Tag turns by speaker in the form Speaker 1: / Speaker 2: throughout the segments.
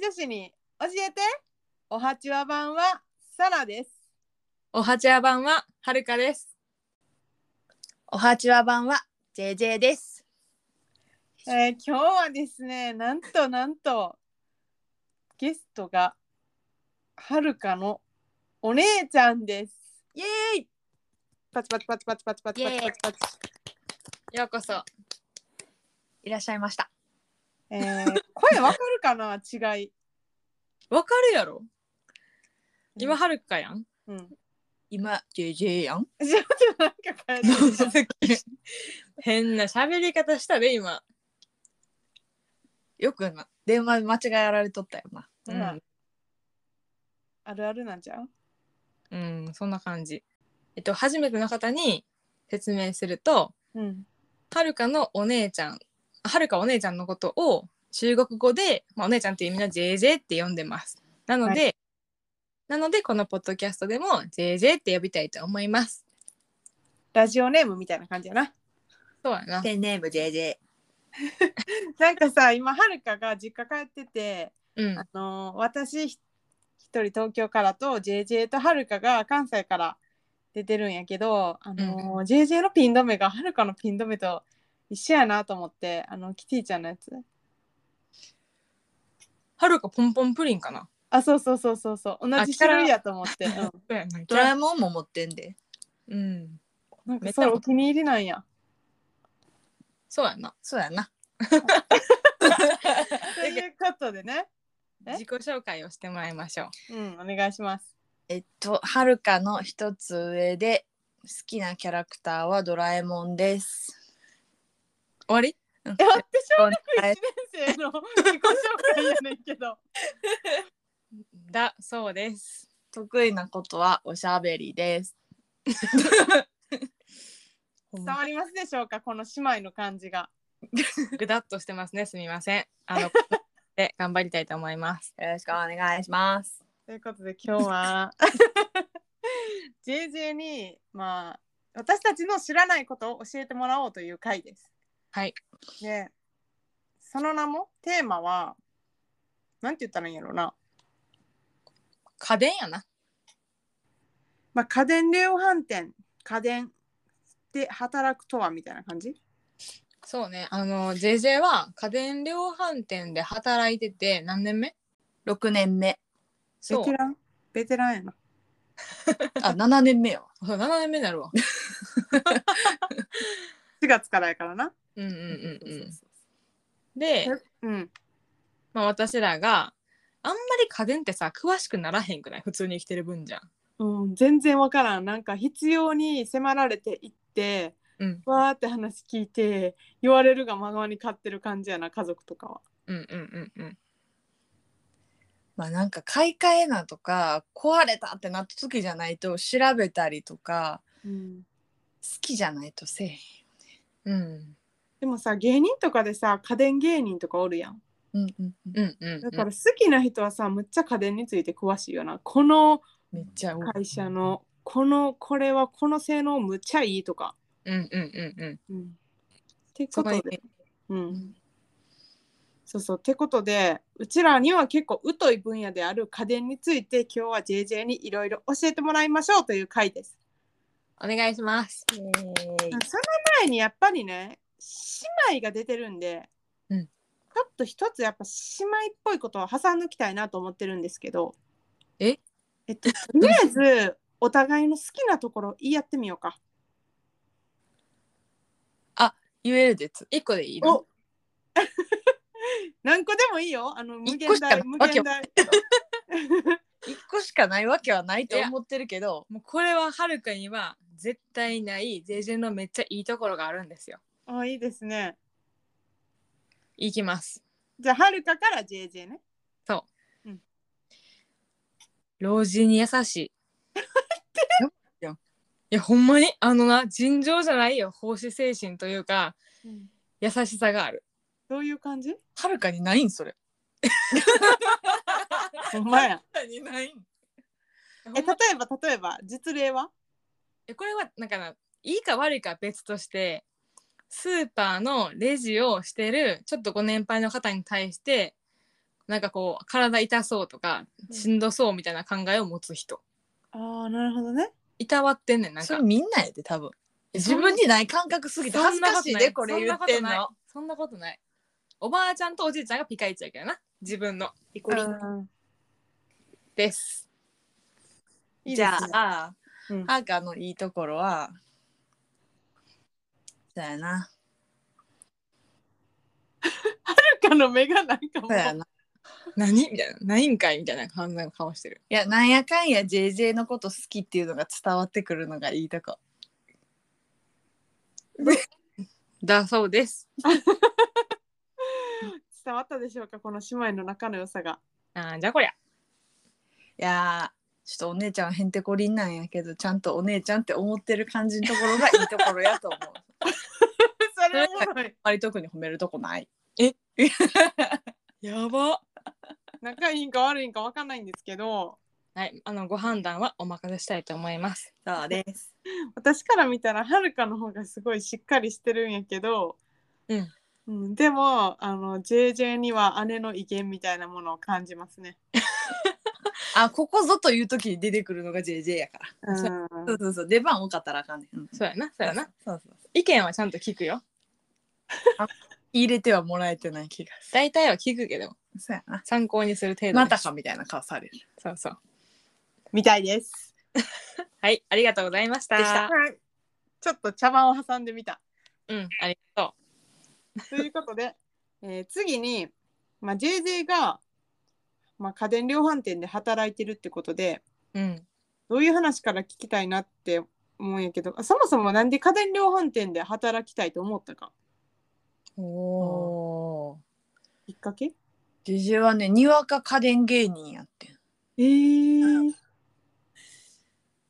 Speaker 1: 女子に教えておはちわ版はサラです
Speaker 2: おはちわ版ははるかです。
Speaker 3: おはちわ版は JJ です。
Speaker 1: えー今日はですねなんとなんとゲストがはるかのお姉ちゃんですイエーイパチパチパチパチパチパチパチパチパチ
Speaker 2: ようこそ。
Speaker 3: いらっしゃいました。
Speaker 1: えー声わかるかな違い、
Speaker 2: わかるやろ今はるかやん。
Speaker 1: うん、ち ょっ
Speaker 3: 今 JJ やん。
Speaker 1: となんか変えて
Speaker 2: 変な喋り方したで今。
Speaker 3: よくな電話間違えられとったよな。
Speaker 2: う
Speaker 1: ほら
Speaker 2: ん、
Speaker 1: あるあるなんちゃう
Speaker 2: うん、そんな感じ。えっと初めての方に説明すると、
Speaker 1: うん
Speaker 2: はるかのお姉ちゃん、はるかお姉ちゃんのことを中国語で、まあ、お姉ちゃんっていう意味の JJ って呼んでます。なので、なのでこのポッドキャストでも JJ って呼びたいと思います。
Speaker 1: ラジオネームみたいな感じやな
Speaker 2: そうやな。
Speaker 3: ペンネーム JJ。
Speaker 1: なんかさ今はるかが実家帰ってて
Speaker 2: うん
Speaker 1: あ。のー私ひ一人東京からと JJ とはるかが関西から出てるんやけど、あのー JJ のピン止めがはるかのピン止めと一緒やなと思ってあのキティちゃんのやつ
Speaker 2: はるかポンポンプリンかな。
Speaker 1: あそうそうそうそうそう同じ種類やと思って、うん
Speaker 2: そうやな。
Speaker 3: ドラえもんも持ってんで。
Speaker 2: うん。
Speaker 1: なんかそれお気に入りなんや
Speaker 2: そうやな。
Speaker 3: そうやな。
Speaker 1: ということでねえ
Speaker 2: 自己紹介をしてもらいましょう。
Speaker 1: うんお願いします
Speaker 3: えっと、はるかの一つ上で好きなキャラクターはドラえもんです。
Speaker 2: 終わり
Speaker 1: え待って小
Speaker 3: こん
Speaker 1: 学1年生の自己紹介やねんけど
Speaker 2: だそうです。
Speaker 3: 得意なことはおしゃべりです。
Speaker 2: ほ
Speaker 1: 伝
Speaker 2: んま
Speaker 1: わりますでしょうかこの姉妹の感じが
Speaker 2: ぐだっとしてますね。すみません。あ ので頑張りたいと思います。
Speaker 3: よろしくお願いします。
Speaker 1: ということで今日 は JJ にまあ私たちの知らないことを教えてもらおうという回です。
Speaker 2: はい。
Speaker 1: でその名もテーマはなんて言ったらいいんやろうな、
Speaker 2: 家電やな。
Speaker 1: まあ、家電量販店家電で働くとはみたいな感じ
Speaker 2: そうね。あの JJ は家電量販店で働いてて何年目？
Speaker 3: 6年目。
Speaker 1: ベ
Speaker 2: そう
Speaker 1: テ。ランベテランやな。
Speaker 3: あ、7年目よ。
Speaker 2: そう7年目になる わ。
Speaker 1: 4月からやからな。
Speaker 2: うんうんうんうん。で、
Speaker 1: うん。
Speaker 2: まあ私らがあんまり家電ってさ詳しくならへんくない普通に生きてる分じゃん。
Speaker 1: うん、全然わからん。なんか必要に迫られていって、
Speaker 2: うん
Speaker 1: わーって話聞いて、言われるがままに買ってる感じやな、家族とかは。
Speaker 2: うんうんうんうん。
Speaker 3: まあなんか買い替えなとか壊れたってなった時じゃないと調べたりとか
Speaker 1: うん、
Speaker 3: 好きじゃないとせえへん。
Speaker 2: うん
Speaker 1: でもさ、芸人とかでさ、家電芸人とかおるやん。
Speaker 3: うんうんうん、
Speaker 2: うんうんうん。
Speaker 1: だから好きな人はさ、むっちゃ家電について詳しいよな。この
Speaker 3: めっちゃ多い
Speaker 1: 会社の、この、これはこの性能むっちゃいいとか。
Speaker 2: うんうんうんうん。
Speaker 1: うん、って
Speaker 2: そ
Speaker 1: こ
Speaker 2: の
Speaker 1: と
Speaker 2: 意
Speaker 1: で
Speaker 2: 味。
Speaker 1: うんそうそうってことでうちらには結構疎い分野である家電について今日は JJ にいろいろ教えてもらいましょうという回です。
Speaker 2: お願いします。
Speaker 3: イエ
Speaker 1: そ
Speaker 3: ー
Speaker 1: の
Speaker 3: イ
Speaker 1: 前にやっぱりね姉妹が出てるんで、
Speaker 2: うん
Speaker 1: ちょっと一つやっぱ姉妹っぽいことを挟んどきたいなと思ってるんですけど
Speaker 2: え
Speaker 1: えっととりあえずお互いの好きなところを言い合ってみようか。
Speaker 3: 言えるでつ。
Speaker 2: 一個でいいの
Speaker 1: お何個でもいいよあの無
Speaker 3: 一
Speaker 1: 限
Speaker 3: 個しか
Speaker 1: 大
Speaker 3: ない
Speaker 1: 無
Speaker 3: わけ
Speaker 1: 限
Speaker 3: わ
Speaker 1: 大。
Speaker 3: 一個しかないわけはないと思ってるけど、
Speaker 2: もうこれははるかには絶対ない JJ のめっちゃいいところがあるんですよ。
Speaker 1: あいいですね。
Speaker 2: いきます。
Speaker 1: じゃあ、はるかから JJ ね。
Speaker 2: 老人に優し い。いやほんまにあのな尋常じゃないよ奉仕精神というか優しさがある。
Speaker 1: どういう感じ
Speaker 3: はるかにないんそれ。
Speaker 1: ほんまや。
Speaker 3: はるかにないん。
Speaker 1: え、
Speaker 2: ほん
Speaker 1: 例
Speaker 2: ま
Speaker 1: えば、例えば、実例は
Speaker 2: えこれはなんかないいか悪いかは別としてスーパーのレジをしてるちょっとご年配の方に対してなんかこう体痛そうとか
Speaker 1: うん
Speaker 2: しんどそうみたいな考えを持つ人
Speaker 1: ああ、なるほどね。
Speaker 2: いたわってんねんなん
Speaker 3: そ
Speaker 2: か
Speaker 3: れみんなやで多分自分にない感覚すぎて恥ずかしいでこれ言ってんの
Speaker 2: そんなことないおばあちゃんとおじいちゃんがピカイチやけどな自分のピコリン
Speaker 1: うん
Speaker 2: です
Speaker 1: いいです
Speaker 3: じ
Speaker 1: ね
Speaker 3: ゃあ
Speaker 1: うん
Speaker 3: ハーカのいいところはそうやな
Speaker 1: なんかの目がなんかもう
Speaker 3: そうやな
Speaker 2: 何みたいなないんかいみたいな感じの顔してる
Speaker 3: いやなんやかんや JJ のこと好きっていうのが伝わってくるのがいいとこ
Speaker 2: だそうです
Speaker 1: 伝わったでしょうかこの姉妹の仲の良さが。
Speaker 2: あーじゃあこりゃ
Speaker 3: いやーちょっとお姉ちゃんはへんてこりんなんやけどちゃんとお姉ちゃんって思ってる感じのところがいいところやと思う
Speaker 1: それおもろい。
Speaker 3: あり特に褒めるとこない
Speaker 2: やば
Speaker 1: 仲いいんか悪いんかわかんないんですけど、
Speaker 2: はいあのご判断はお任せしたいと思います
Speaker 3: そうです
Speaker 1: 私から見たらはるかの方がすごいしっかりしてるんやけど、
Speaker 2: うん
Speaker 1: うんでもあの JJ には姉の威厳みたいなものを感じますね。
Speaker 3: あここぞという時に出てくるのが JJ やから
Speaker 1: うん
Speaker 2: そ
Speaker 3: そうそうそう出番多かったらあかんねん、うん
Speaker 2: そうやなそうやな
Speaker 3: そうそう
Speaker 2: 意見はちゃんと聞くよ
Speaker 3: 入れてはもらえてない気がす
Speaker 2: 大体は聞くけど
Speaker 3: るそうやな
Speaker 2: 参考にする程度
Speaker 3: また
Speaker 2: だし
Speaker 3: かみたいな顔される
Speaker 2: そうそう
Speaker 1: みたいです。
Speaker 2: はいありがとうございました
Speaker 3: でした
Speaker 1: はいちょっと茶碗を挟んでみた。
Speaker 2: うんありがと
Speaker 1: ということで、 えー次に、まあ、JJ が、まあ、家電量販店で働いてるってことで
Speaker 2: ううん
Speaker 1: どういう話から聞きたいなって思うんやけどあそもそもなんで家電量販店で働きたいと思ったか
Speaker 3: おお
Speaker 1: きっかけ
Speaker 3: ー JJ はねにわか家電芸人やってん
Speaker 1: えー、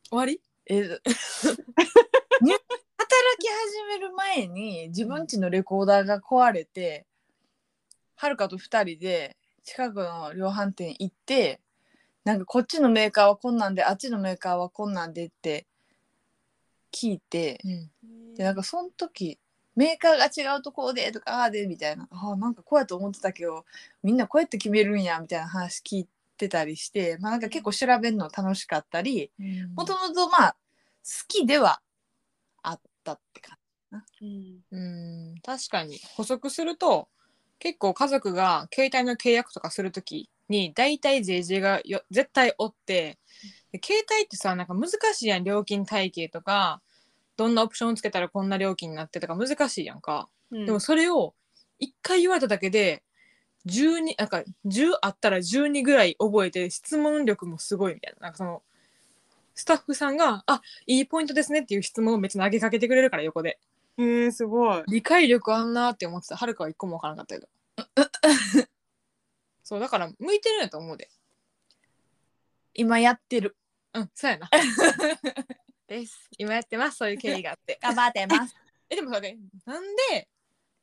Speaker 2: 終わり
Speaker 3: え に働き始める前に自分家のレコーダーが壊れてはるかと2人で近くの量販店行ってなんかこっちのメーカーはこんなんであっちのメーカーはこんなんでって聞いて
Speaker 2: うん
Speaker 3: でなんかその時メーカーが違うとこうでとかああでみたいなあーなんかこうやと思ってたけどみんなこうやって決めるんやみたいな話聞いてたりして、まあ、なんか結構調べるの楽しかったり、もともとまあ好きではあったって感
Speaker 1: うん
Speaker 2: うん確かに補足すると結構家族が携帯の契約とかするときに大体 JJ がよ絶対おってで携帯ってさなんか難しいやん料金体系とかどんなオプションをつけたらこんな料金になってとか難しいやんか、
Speaker 1: うん
Speaker 2: でもそれを1回言われただけで12なんか10あったら12ぐらい覚えて質問力もすごいみたいななんかそのスタッフさんが「あいいポイントですね」っていう質問をめっちゃ投げかけてくれるから横で。
Speaker 1: えー、すごい。
Speaker 2: 理解力あんなって思ってたはるかは一個もわからなかったけどそうだから向いてるんやと思うで
Speaker 3: じ今やってる
Speaker 2: うんそうやなです今やってますそういう経緯があって
Speaker 3: 頑張って ます
Speaker 2: えでもそれなんで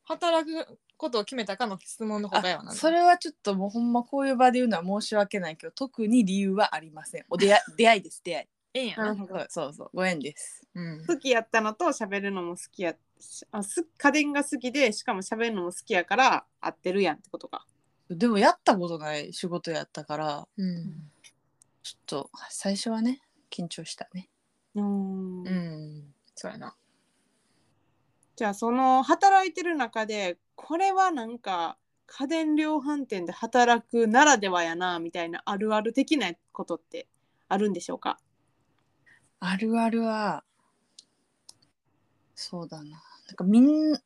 Speaker 2: 働くことを決めたかの質問の答えは何
Speaker 3: それはちょっともうほんまこういう場で言うのは申し訳ないけど特に理由はありませんお出会い出会いです出会い
Speaker 2: ええんや
Speaker 1: なる
Speaker 2: な、
Speaker 1: ほど。
Speaker 3: そうそうご縁です
Speaker 2: うん、
Speaker 1: 好きやったのと喋るのも好きやしあす家電が好きでしかも喋るのも好きやから合ってるやんってことか。
Speaker 3: でもやったことない仕事やったから
Speaker 2: うん
Speaker 3: ちょっと最初はね緊張したね
Speaker 1: うん
Speaker 2: うん、そうやな
Speaker 1: じゃあその働いてる中でこれはなんか家電量販店で働くならではやなみたいなあるある的なことってあるんでしょうか
Speaker 3: あるあるはそうだななんかみん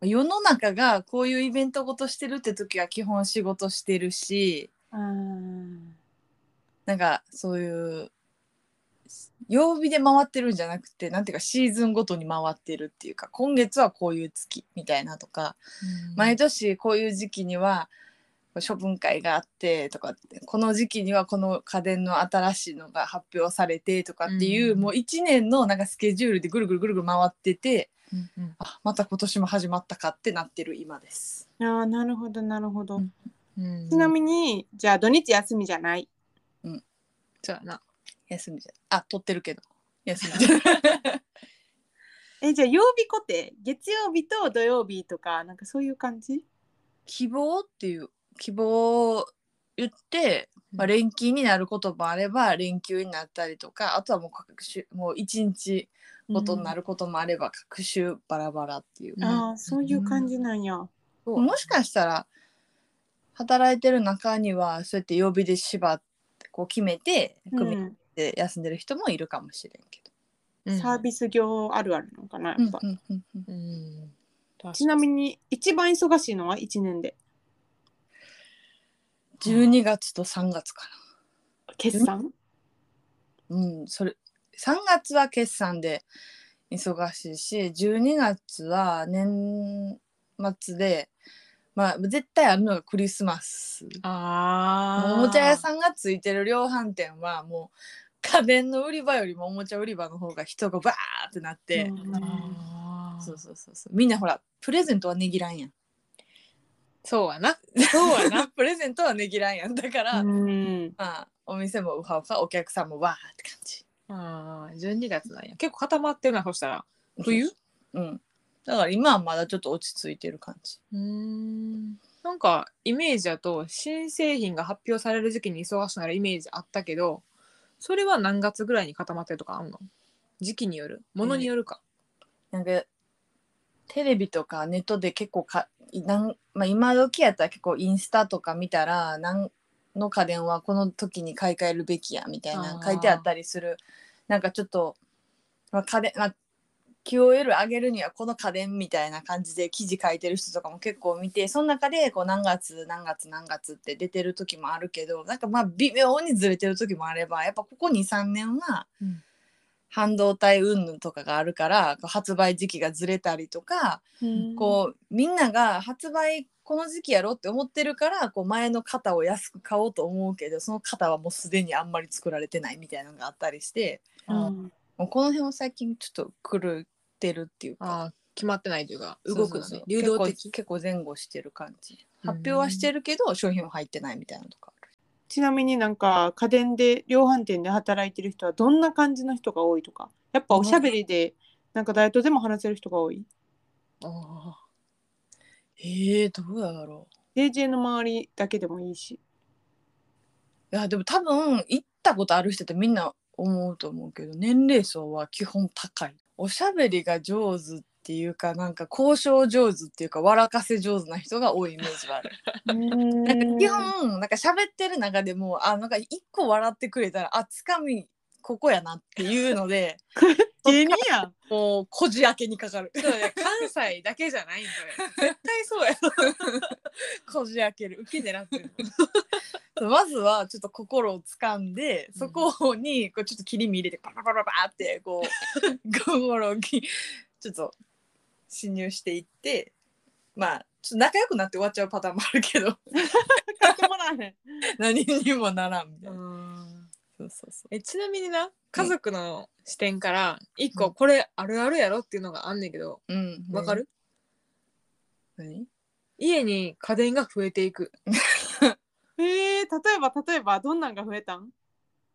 Speaker 3: 世の中がこういうイベントごとしてるって時は基本仕事してるし
Speaker 1: うん
Speaker 3: なんかそういう曜日で回ってるんじゃなくてなんていうかシーズンごとに回ってるっていうか今月はこういう月みたいなとか、毎年こういう時期には処分会があってとかってこの時期にはこの家電の新しいのが発表されてとかっていう、
Speaker 2: うん
Speaker 3: もう1年のなんかスケジュールでぐるぐるぐるぐる回ってて
Speaker 2: うんうん
Speaker 3: あまた今年も始まったかってなってる今です。
Speaker 1: あーなるほどなるほど、
Speaker 3: うん
Speaker 2: うん、
Speaker 1: ちなみにじゃあ土日休みじゃない
Speaker 2: そうやな
Speaker 3: 休みじゃあ撮ってるけど休みじゃ
Speaker 1: えじゃあ曜日固定月曜日と土曜日とかなんかそういう感じ
Speaker 3: 希望っていう希望を言って、
Speaker 2: う
Speaker 3: まあ、
Speaker 2: ん
Speaker 3: 連勤になることもあれば連休になったりとかあとはもう各週もう一日ごとにな
Speaker 1: る、
Speaker 3: ることもあれば各週バラバラっていう、
Speaker 2: うん
Speaker 1: ああそういう感じなんや、
Speaker 2: そう
Speaker 3: もしかしたら働いてる中にはそうやって曜日で縛ってこう決めて
Speaker 1: う
Speaker 3: 組み
Speaker 1: ん
Speaker 3: で休んでる人もいるかもしれんけ
Speaker 2: う
Speaker 3: ど。
Speaker 2: ん
Speaker 1: サービス業あるあるなのかなやっぱ、
Speaker 3: うんうんうん
Speaker 2: うん
Speaker 1: ちなみに一番忙しいのは1年で
Speaker 3: 12月と3月か
Speaker 1: 決算
Speaker 3: な。うん、それ3月は決算で忙しいし12月は年末で、まあ、絶対あるのがクリスマス。
Speaker 2: ああ
Speaker 3: おもちゃ屋さんがついてる量販店はもう家電の売り場よりもおもちゃ売り場の方が人がバーってなって。
Speaker 1: うん
Speaker 2: あー
Speaker 3: そうそうそうそうみんなほらプレゼントはねぎらんやん
Speaker 2: そうやな
Speaker 3: そうやなプレゼントはねぎらんやんだから、
Speaker 1: うん
Speaker 3: まあお店もウハウハお客さんもわーって感じ
Speaker 2: あー12月なんや結構固まってるなそしたら冬
Speaker 3: うんだから今はまだちょっと落ち着いてる感じ
Speaker 2: うんなんかイメージだと新製品が発表される時期に忙しくなるイメージあったけどそれは何月ぐらいに固まってるとかあんの時期によるものによるか、
Speaker 3: なんかテレビとかネットで結構かなん、まあ、今時やったら結構インスタとか見たら何の家電はこの時に買い替えるべきやみたい
Speaker 2: あ
Speaker 3: な
Speaker 2: ー
Speaker 3: 書いてあったりするなんかちょっと、まあ、家電、まあ、QOL 上げるにはこの家電みたいな感じで記事書いてる人とかも結構見てその中でこう何月何月何月って出てる時もあるけどなんかまあ微妙にずれてる時もあればやっぱここ23年は
Speaker 2: うん
Speaker 3: 半導体云々とかがあるからこう発売時期がずれたりとか、こうみんなが発売この時期やろって思ってるからこう前の型を安く買おうと思うけどその型はもうすでにあんまり作られてないみたいなのがあったりして
Speaker 1: うん
Speaker 3: もうこの辺を最近ちょっと狂ってるっていうか
Speaker 2: あー決まってないというか動くのね
Speaker 3: そうそうそう
Speaker 2: 流動的
Speaker 3: 結構結構前後してる感じ
Speaker 2: うん
Speaker 3: 発表はしてるけど商品は入ってないみたいなのとかある
Speaker 1: ちなみになんか家電で量販店で働いてる人はどんな感じの人が多いとかやっぱおしゃべりでなんか誰とでも話せる人が多い
Speaker 2: あ
Speaker 3: えー、どうやろう
Speaker 1: JJ の周りだけでもいいし
Speaker 3: いやでも多分行ったことある人ってみんな思うと思うけど年齢層は基本高いおしゃべりが上手っていうかなんか交渉上手っていうか笑かせ上手な人が多いイメージはあるなんか基本なんか喋ってる中でもあなんか一個笑ってくれたらあつかみここやなっていうので
Speaker 1: 芸人やん
Speaker 3: もうこじ開けにかかる
Speaker 2: ー そうね関西だけじゃないんだよ絶対そうや
Speaker 3: こじ開ける
Speaker 2: 受け狙ってる
Speaker 3: まずはちょっと心を掴んで、そこにこうちょっと切り身入れてパパパパパってこう 心をきちょっと侵入していってまあちょっと仲良くなって終わっちゃうパターンもあるけど
Speaker 1: 買ってもらえへん
Speaker 3: 何にもならんみたいな。
Speaker 2: うん
Speaker 3: そうそうそ
Speaker 2: えちなみにな家族の視点から一個これあるあるやろっていうのがあんねんけど
Speaker 3: う。うん
Speaker 2: わかる、
Speaker 3: 何
Speaker 2: 家に家電が増えていく
Speaker 1: えー、例えば例えばどんなんが増えたん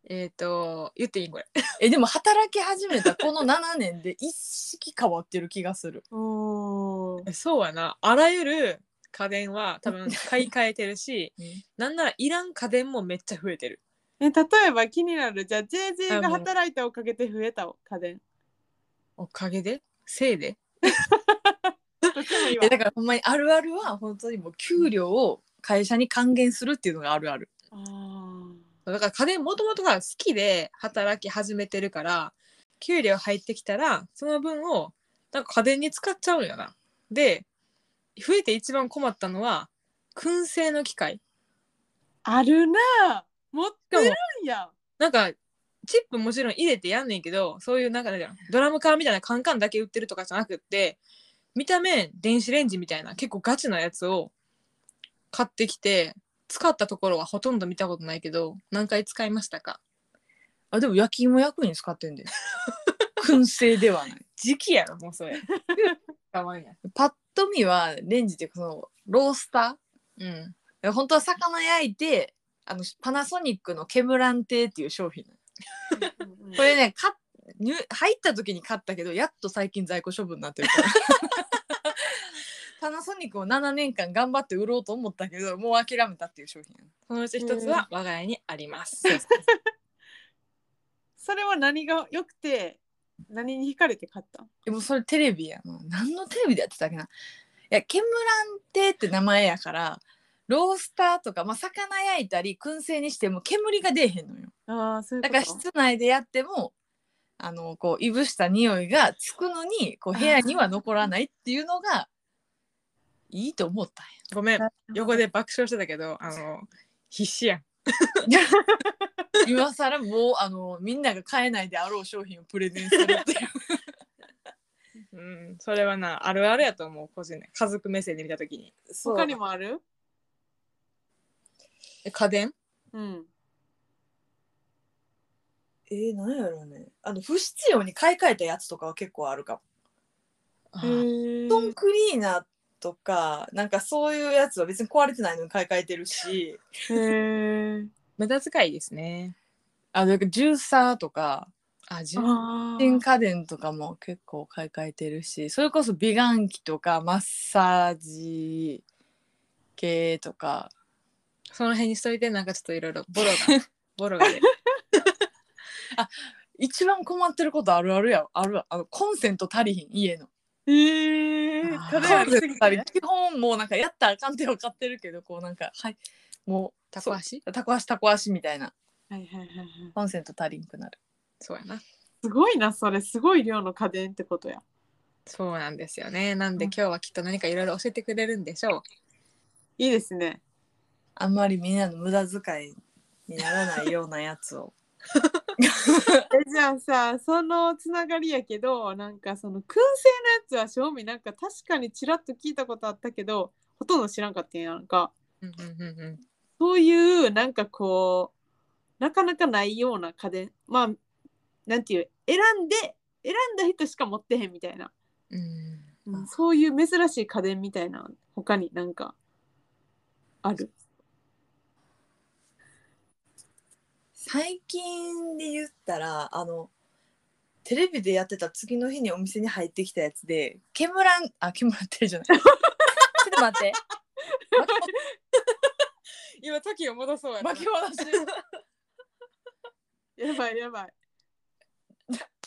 Speaker 2: えっ、と言っていいこれ
Speaker 3: えでも働き始めたこの7年で一式変わってる気がする。
Speaker 1: おー
Speaker 2: そうやなあらゆる家電は多分買い替えてるしなんならいらん家電もめっちゃ増えてる
Speaker 1: え例えば気になるじゃあ JJ が働いたおかげで増えた家電
Speaker 2: おかげでせいで
Speaker 1: どっちもいいわ
Speaker 3: えだからほんまにあるあるは本当にもう給料を会社に還元するっていうのがあるある。
Speaker 1: あー
Speaker 2: だから家電もともとが好きで働き始めてるから給料入ってきたらその分をなんか家電に使っちゃうんやなで増えて一番困ったのは燻製の機械
Speaker 1: あるなあ持ってるんや
Speaker 2: なんかチップもちろん入れてやんねんけどそういうなんかなんだろうドラム缶みたいなカンカンだけ売ってるとかじゃなくって見た目電子レンジみたいな結構ガチなやつを買ってきて使ったところはほとんど見たことないけど何回使いましたか
Speaker 3: あでも焼き芋焼くに使ってんで燻製ではない
Speaker 2: 時期やろもうそれかわいいや
Speaker 3: パッと見はレンジっていうかそのロースタ
Speaker 2: うん
Speaker 3: ー本当は魚焼いてあのパナソニックのケムランテっていう商品なのこれね買っ入入った時に買ったけどやっと最近在庫処分になってるからパナソニックを7年間頑張って売ろうと思ったけどもう諦めたっていう商品やな
Speaker 2: そのうち一つは我が家にあります。
Speaker 1: それは何が良くて何に惹かれて買ったん
Speaker 3: でもそれテレビやな何のテレビでやってたっけないや「ケムランテ」って名前やからロースターとか、まあ、魚焼いたり燻製にしても煙が出えへんのよ
Speaker 1: ああそういう
Speaker 3: だ
Speaker 1: こ
Speaker 3: か
Speaker 1: と
Speaker 3: ら室内でやってもあのこういぶした匂いがつくのにこう部屋には残らないっていうのがいいと思ったんや
Speaker 2: ごめん、横で爆笑してたけど、あの、必死やん。
Speaker 3: 今更もうあのみんなが買えないであろう商品をプレゼンするっていう
Speaker 2: うん、それはな、あるあるやと思う、個人で。家族目線で見たときに。
Speaker 1: 他にもある
Speaker 2: え家電
Speaker 1: うん
Speaker 3: えー、なんやろうねあの不必要に買い替えたやつとかは結構あるかも
Speaker 2: あ
Speaker 1: へ
Speaker 3: 布団クリーナーとかなんかそういうやつは別に壊れてないのに買い替えてるし
Speaker 1: え
Speaker 2: 無駄遣いですね。
Speaker 3: あなんかジューサーとか
Speaker 2: あ、じゅ
Speaker 1: あ
Speaker 3: 新家電とかも結構買い替えてるしそれこそ美顔器とかマッサージ系とか
Speaker 2: その辺にしといて、なんかちょっといろいろボロ が、ボロが出る。
Speaker 3: 一番困ってることあるあるやあるわあのコンセント足りひん家の
Speaker 1: えー、
Speaker 2: あー
Speaker 1: ただや
Speaker 3: コ
Speaker 1: り
Speaker 3: ンセ
Speaker 1: す
Speaker 3: ン
Speaker 1: ぎ
Speaker 3: ト足り
Speaker 1: て
Speaker 3: 基本もうなんかやったらあかんって分かってるけどこうなんかはいもう
Speaker 2: タコ足
Speaker 3: そうタコ足タコ足みたいな
Speaker 1: はいはいはいはい
Speaker 3: コンセント足りんくなる
Speaker 2: そうやな。
Speaker 1: すごいなそれすごい量の家電ってことや
Speaker 2: そうなんですよね。なんで
Speaker 1: うん
Speaker 2: 今日はきっと何かいろいろ教えてくれるんでしょう。
Speaker 1: いいですね
Speaker 3: あんまりみんなの無駄遣いにならないようなやつを
Speaker 1: えじゃあさそのつながりやけどなんかその燻製のやつは正味なんか確かにちらっと聞いたことあったけどほとんど知らんかったんやなんか
Speaker 2: うんうんうんうん。
Speaker 1: そういうなんかこうなかなかないような家電まあなんていう選んで選んだ人しか持ってへんみたいな、
Speaker 2: うん
Speaker 1: うんそういう珍しい家電みたいな他になんかある
Speaker 3: 最近で言ったらあのテレビでやってた次の日にお店に入ってきたやつで「ケムラン」あ「ケムラン」ってじゃ ないちょっと待って
Speaker 2: 今、時を戻そうやな
Speaker 3: 巻き戻し
Speaker 1: やばいやばい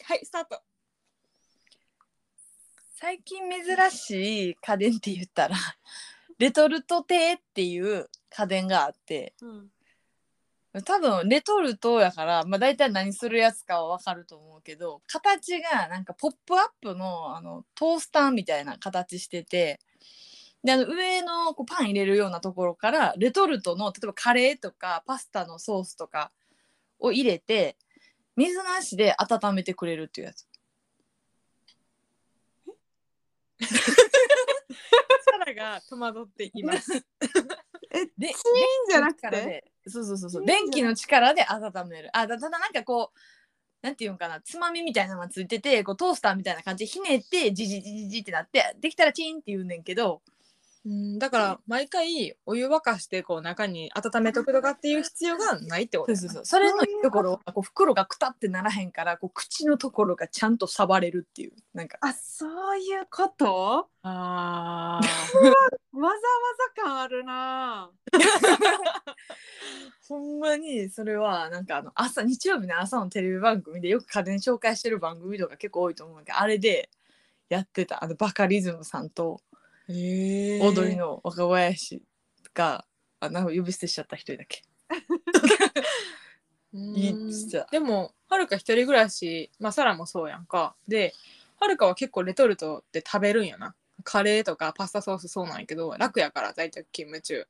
Speaker 2: はい、スタート。
Speaker 3: 最近珍しい家電って言ったらレトルト亭っていう家電があって
Speaker 1: うん
Speaker 3: 多分レトルトやから、まあ、大体何するやつかは分かると思うけど形がなんかポップアップのあのトースターみたいな形しててであの上のこうパン入れるようなところからレトルトの例えばカレーとかパスタのソースとかを入れて水なしで温めてくれるっていうやつ。
Speaker 2: サラが戸惑っています。
Speaker 1: えチー
Speaker 3: で
Speaker 1: ンじゃなく
Speaker 3: 力
Speaker 1: て
Speaker 3: でそうそうそうそう
Speaker 1: いいんじゃない
Speaker 3: 電気の力で温めるあだただなんかこうなんていうんかなつまみみたいなのがついててこうトースターみたいな感じでひねってジジジジジってなってできたらチンって言うねんけど
Speaker 2: うん、だから毎回お湯沸かしてこう中に温めとくとかっていう必要がないってこ
Speaker 3: そ
Speaker 2: と
Speaker 3: う
Speaker 2: や
Speaker 3: そう
Speaker 2: な
Speaker 3: そうそれのいいところはこう袋がくたってならへんからこう口のところがちゃんとさばれるっていうなんか
Speaker 1: あそういうことわ
Speaker 2: あ
Speaker 1: ざわざ感あるなぁ
Speaker 3: ほんまにそれはなんかあの朝日曜日の朝のテレビ番組でよく家電紹介してる番組とか結構多いと思うんだけどあれでやってたあのバカリズムさんと。
Speaker 2: ーへ
Speaker 3: オードリーの若林が、あ、なんか呼び捨てしちゃった一人だっけ。いいっす
Speaker 2: でもはるか一人暮らし、まあ、サラもそうやんかではるかは結構レトルトって食べるんよなカレーとかパスタソースそうなんやけど楽やから在宅勤務中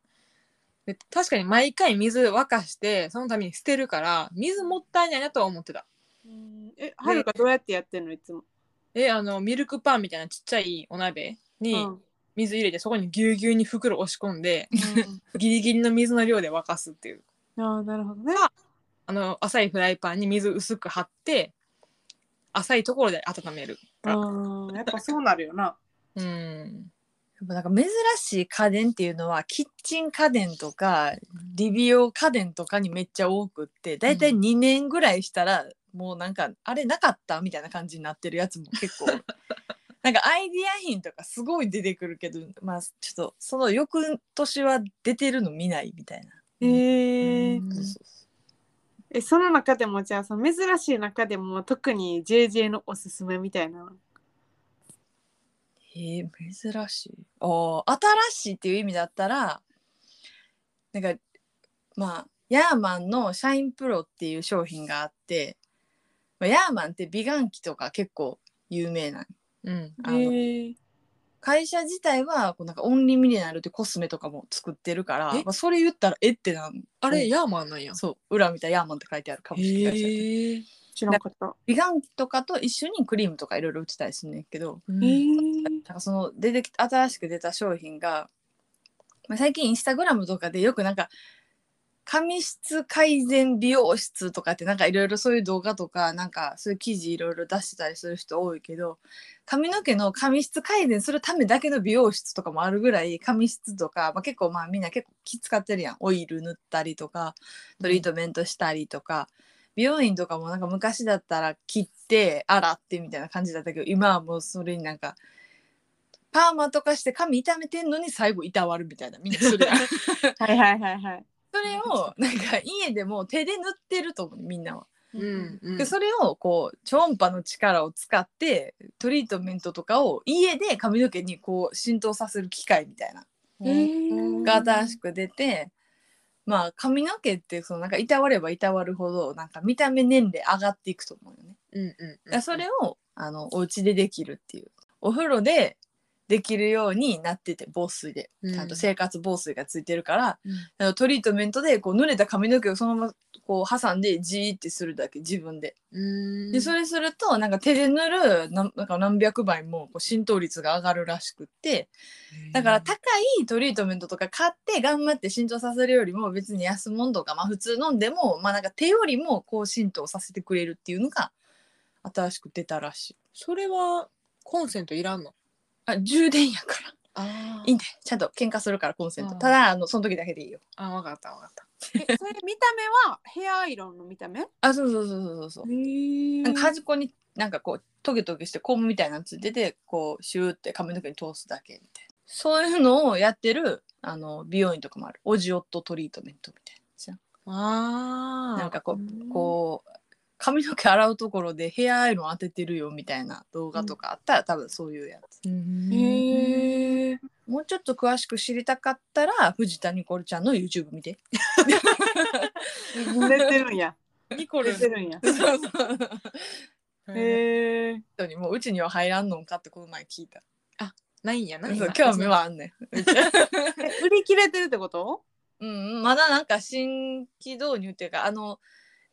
Speaker 2: で確かに毎回水沸かしてそのために捨てるから水もったいないなとは思ってた
Speaker 1: うんえ、はるかどうやってやってんのいつも。
Speaker 2: えあのミルクパンみたいなちっちゃいお鍋に、
Speaker 1: うん
Speaker 2: 水入れてそこにぎゅうぎゅうに袋押し込んでギリギリの水の量で沸かすっていう
Speaker 1: ああ、なるほどね。
Speaker 2: あの浅いフライパンに水薄く張って浅いところで温める
Speaker 1: うん、やっぱそうなるよな。
Speaker 2: うん
Speaker 3: やっぱなんか珍しい家電っていうのはキッチン家電とかリビオ家電とかにめっちゃ多くってだいたい
Speaker 2: うん
Speaker 3: 2年 ぐらいしたら、もうなんかあれなかったみたいな感じになってるやつも結構なんかアイディア品とかすごい出てくるけどまあちょっとその翌年は出てるの見ないみたいな。
Speaker 1: えー
Speaker 2: うん
Speaker 3: そうそうそ
Speaker 1: えその中でもじゃあその珍しい中でも特に JJ のおすすめみたいな
Speaker 3: うえー、珍しい。おー新しいっていう意味だったらなんかまあヤーマンのシャインプロっていう商品があって、まあ、ヤーマンって美顔器とか結構有名なん
Speaker 2: うん
Speaker 3: あの
Speaker 1: えー
Speaker 3: 会社自体はこうなんかオンリーミネラルってコスメとかも作ってるから、
Speaker 2: え
Speaker 3: まあ、それ言ったらえってなん
Speaker 2: あ
Speaker 3: う
Speaker 2: れ
Speaker 3: ん
Speaker 2: ヤーマンなんや
Speaker 3: そう裏見たらヤーマンって書いてあるかもしれない
Speaker 2: へえ
Speaker 1: 知らんかった
Speaker 3: 美顔器とかと一緒にクリームとかいろいろ売ってたりするんだけど
Speaker 2: う
Speaker 1: え
Speaker 2: ん
Speaker 1: ー
Speaker 3: なんかその出てき新しく出た商品が、まあ、最近インスタグラムとかでよくなんか髪質改善美容室とかってなんかいろいろそういう動画とかなんかそういう記事いろいろ出してたりする人多いけど髪の毛の髪質改善するためだけの美容室とかもあるぐらい髪質とか、まあ、結構まあみんな結構気使ってるやんオイル塗ったりとかトリートメントしたりとか、美容院とかもなんか昔だったら切って洗ってみたいな感じだったけど今はもうそれになんかパーマとかして髪傷めてんのに最後いたわるみたいなみんなす るやんそ
Speaker 1: はいはいはいはい
Speaker 3: れをなんか家でも手で塗ってると思うみんなは。
Speaker 2: うんうん
Speaker 3: でそれをこう超音波の力を使ってトリートメントとかを家で髪の毛にこう浸透させる機械みたいな
Speaker 1: えー
Speaker 3: が新しく出て、まあ髪の毛ってそのなんかいたわればいたわるほどなんか見た目年齢上がっていくと思うよね。
Speaker 2: うんうん
Speaker 3: だからそれをあのお家でできるっていうお風呂でできるようになってて防水で
Speaker 2: うん
Speaker 3: ちゃんと生活防水がついてるから、
Speaker 2: うん
Speaker 3: あのトリートメントでこう濡れた髪の毛をそのままこう挟んでじーってするだけ自分で
Speaker 2: うん
Speaker 3: でそれするとなんか手で塗るなんなんか何百倍もこう浸透率が上がるらしくってだから高いトリートメントとか買って頑張って浸透させるよりも別に安物とか、まあ、普通飲んでも、まあ、なんか手よりもこう浸透させてくれるっていうのが新しく出たらしい。
Speaker 2: それはコンセントいらんの
Speaker 3: あ充電やから
Speaker 2: あ
Speaker 3: いいんだよちゃんと喧嘩するからコンセント
Speaker 2: うん
Speaker 3: ただあのその時だけでいいよ
Speaker 2: あわかったわかった
Speaker 1: えそれ見た目はヘアアイロンの見た目へ
Speaker 3: あそうそうそうそうそう
Speaker 1: え
Speaker 3: なんか端っこになんかこうトゲトゲしてコームみたいなのついててこうシューって髪の毛に通すだけみたいなそういうのをやってるあの美容院とかもあるオジオットトリートメントみたいなじゃん
Speaker 2: あ
Speaker 3: なんかこ
Speaker 1: うん
Speaker 3: うこう髪の毛洗うところでヘアアイロン当ててるよみたいな動画とかあったら、多分そういうやつ
Speaker 1: へえ
Speaker 3: もうちょっと詳しく知りたかったら藤田ニコルちゃんの YouTube 見 て
Speaker 1: 濡れてるんや
Speaker 2: ニコ
Speaker 1: 濡
Speaker 2: ル
Speaker 1: れてるんや
Speaker 3: そうそう
Speaker 1: へえ
Speaker 3: 人にもううちには入らんのんかってこの前聞いた。
Speaker 2: ないんやな
Speaker 3: そう
Speaker 2: 今
Speaker 3: 興味はあんね
Speaker 1: 売り切れてるってこと
Speaker 3: ん。うん、まだなんか新規導入っていうかあの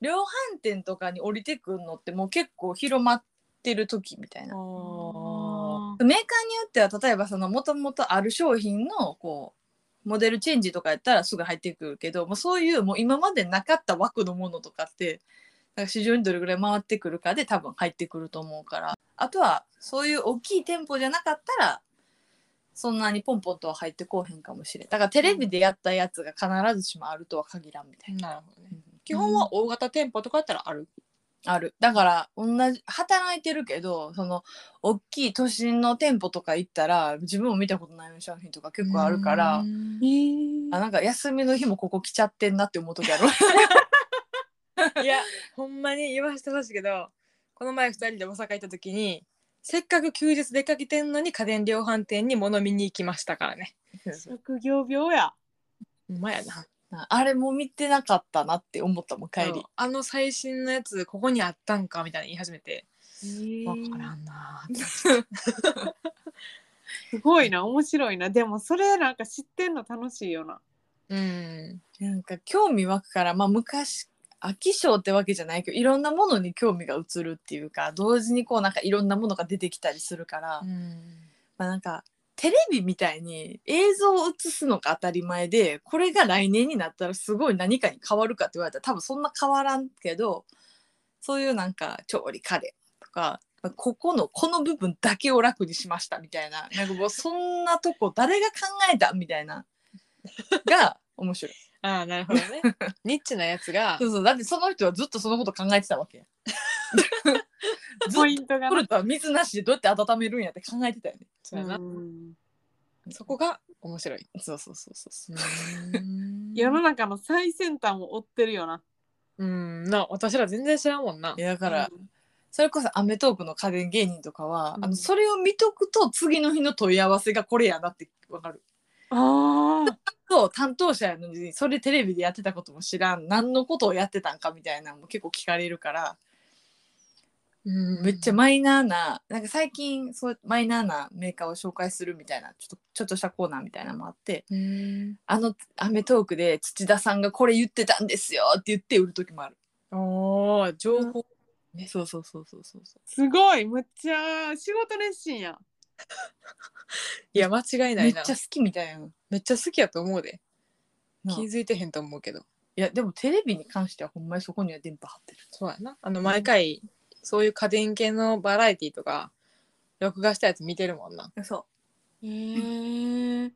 Speaker 3: 量販店とかに降りてくるのってもう結構広まってる時みたいな。
Speaker 1: あ
Speaker 3: メーカーによっては例えばそのもともとある商品のこうモデルチェンジとかやったらすぐ入ってくるけどもうそういうもう今までなかった枠のものとかってなんか市場にどれぐらい回ってくるかで多分入ってくると思うからあとはそういう大きい店舗じゃなかったらそんなにポンポンとは入ってこうへんかもしれんだからテレビでやったやつが必ずしもあるとは限らんみたいな。
Speaker 2: なるほどね基本は大型店舗とかやったらある
Speaker 3: あるだから同じ働いてるけどその大きい都心の店舗とか行ったら自分も見たことない商品とか結構あるから
Speaker 2: うん
Speaker 1: ーへ
Speaker 3: あなんか休みの日もここ来ちゃってんなって思う 時ある
Speaker 2: いやほんまに言わせてほしいけどこの前2人で大阪行った時にせっかく休日出かけてんのに家電量販店に物見に行きましたからね
Speaker 1: え職業病や
Speaker 2: ほんまやな
Speaker 3: あれも見てなかったなって思ったもん帰
Speaker 2: そ
Speaker 3: り
Speaker 2: うあの最新のやつここにあったんかみたいな言い始めてわから
Speaker 1: す
Speaker 2: んなーって
Speaker 1: ごいな面白いなでもそれなんか知ってんの楽しいよな
Speaker 2: うん
Speaker 3: なんか興味湧くからまあ昔飽き性ってわけじゃないけどいろんなものに興味が移るっていうか同時にこうなんかいろんなものが出てきたりするから、
Speaker 2: うん
Speaker 3: まあ、なんかテレビみたいに映像を映すのが当たり前でこれが来年になったらすごい何かに変わるかって言われたら多分そんな変わらんけどそういうなんか調理家電とかまあここのこの部分だけを楽にしましたみたいななんかもうそんなとこ誰が考えたみたいなが面白い
Speaker 2: ああ、なるほどね。 ニッチなやつが
Speaker 3: そ、うそうだってその人はずっとそのこと考えてたわけやず
Speaker 1: ポ
Speaker 3: っ
Speaker 1: イントが
Speaker 3: と
Speaker 1: な
Speaker 3: ルトは水なしでどうやって温めるんやって考えてたよね
Speaker 2: そうやな
Speaker 1: うん
Speaker 2: そこが面白い。
Speaker 3: そうそうそうそうそう
Speaker 1: 世の中の最先端を追ってるよな。
Speaker 2: うん、な、私ら全然知らんもんな。
Speaker 3: いやだか
Speaker 1: だ
Speaker 3: ら、それこそ『アメトーーク』の家電芸人とかは、
Speaker 1: うん
Speaker 3: あのそれを見とくと次の日の問い合わせがこれやなってわかる。
Speaker 1: ああ、
Speaker 3: そう担当者やのにそれテレビでやってたことも知らん何のことをやってたんかみたいなのも結構聞かれるから
Speaker 2: うん
Speaker 3: めっちゃマイナーななんか最近そうマイナーなメーカーを紹介するみたいなちょっとちょっとしたコーナーみたいなのもあって
Speaker 2: うん。
Speaker 3: あの『アメトーーク』で土田さんがこれ言ってたんですよって言って売る時もある。
Speaker 2: おー情報。
Speaker 3: そうそうそうそうそうそう。
Speaker 1: すごい、むっちゃ仕事熱心や。
Speaker 2: いや、間違いな
Speaker 3: め
Speaker 2: い
Speaker 3: っち
Speaker 2: な
Speaker 3: ゃ。好きみたいな。
Speaker 2: めっちゃ好きやと思うで。
Speaker 3: なあ
Speaker 2: 気づいてへんと思うけど。
Speaker 3: いやでもテレビに関してはほんまにそこには電波張ってる。
Speaker 2: そうやな。あの、毎回、そういう家電系のバラエティとか、録画したやつ見てるもんな。
Speaker 3: そ
Speaker 1: へえ。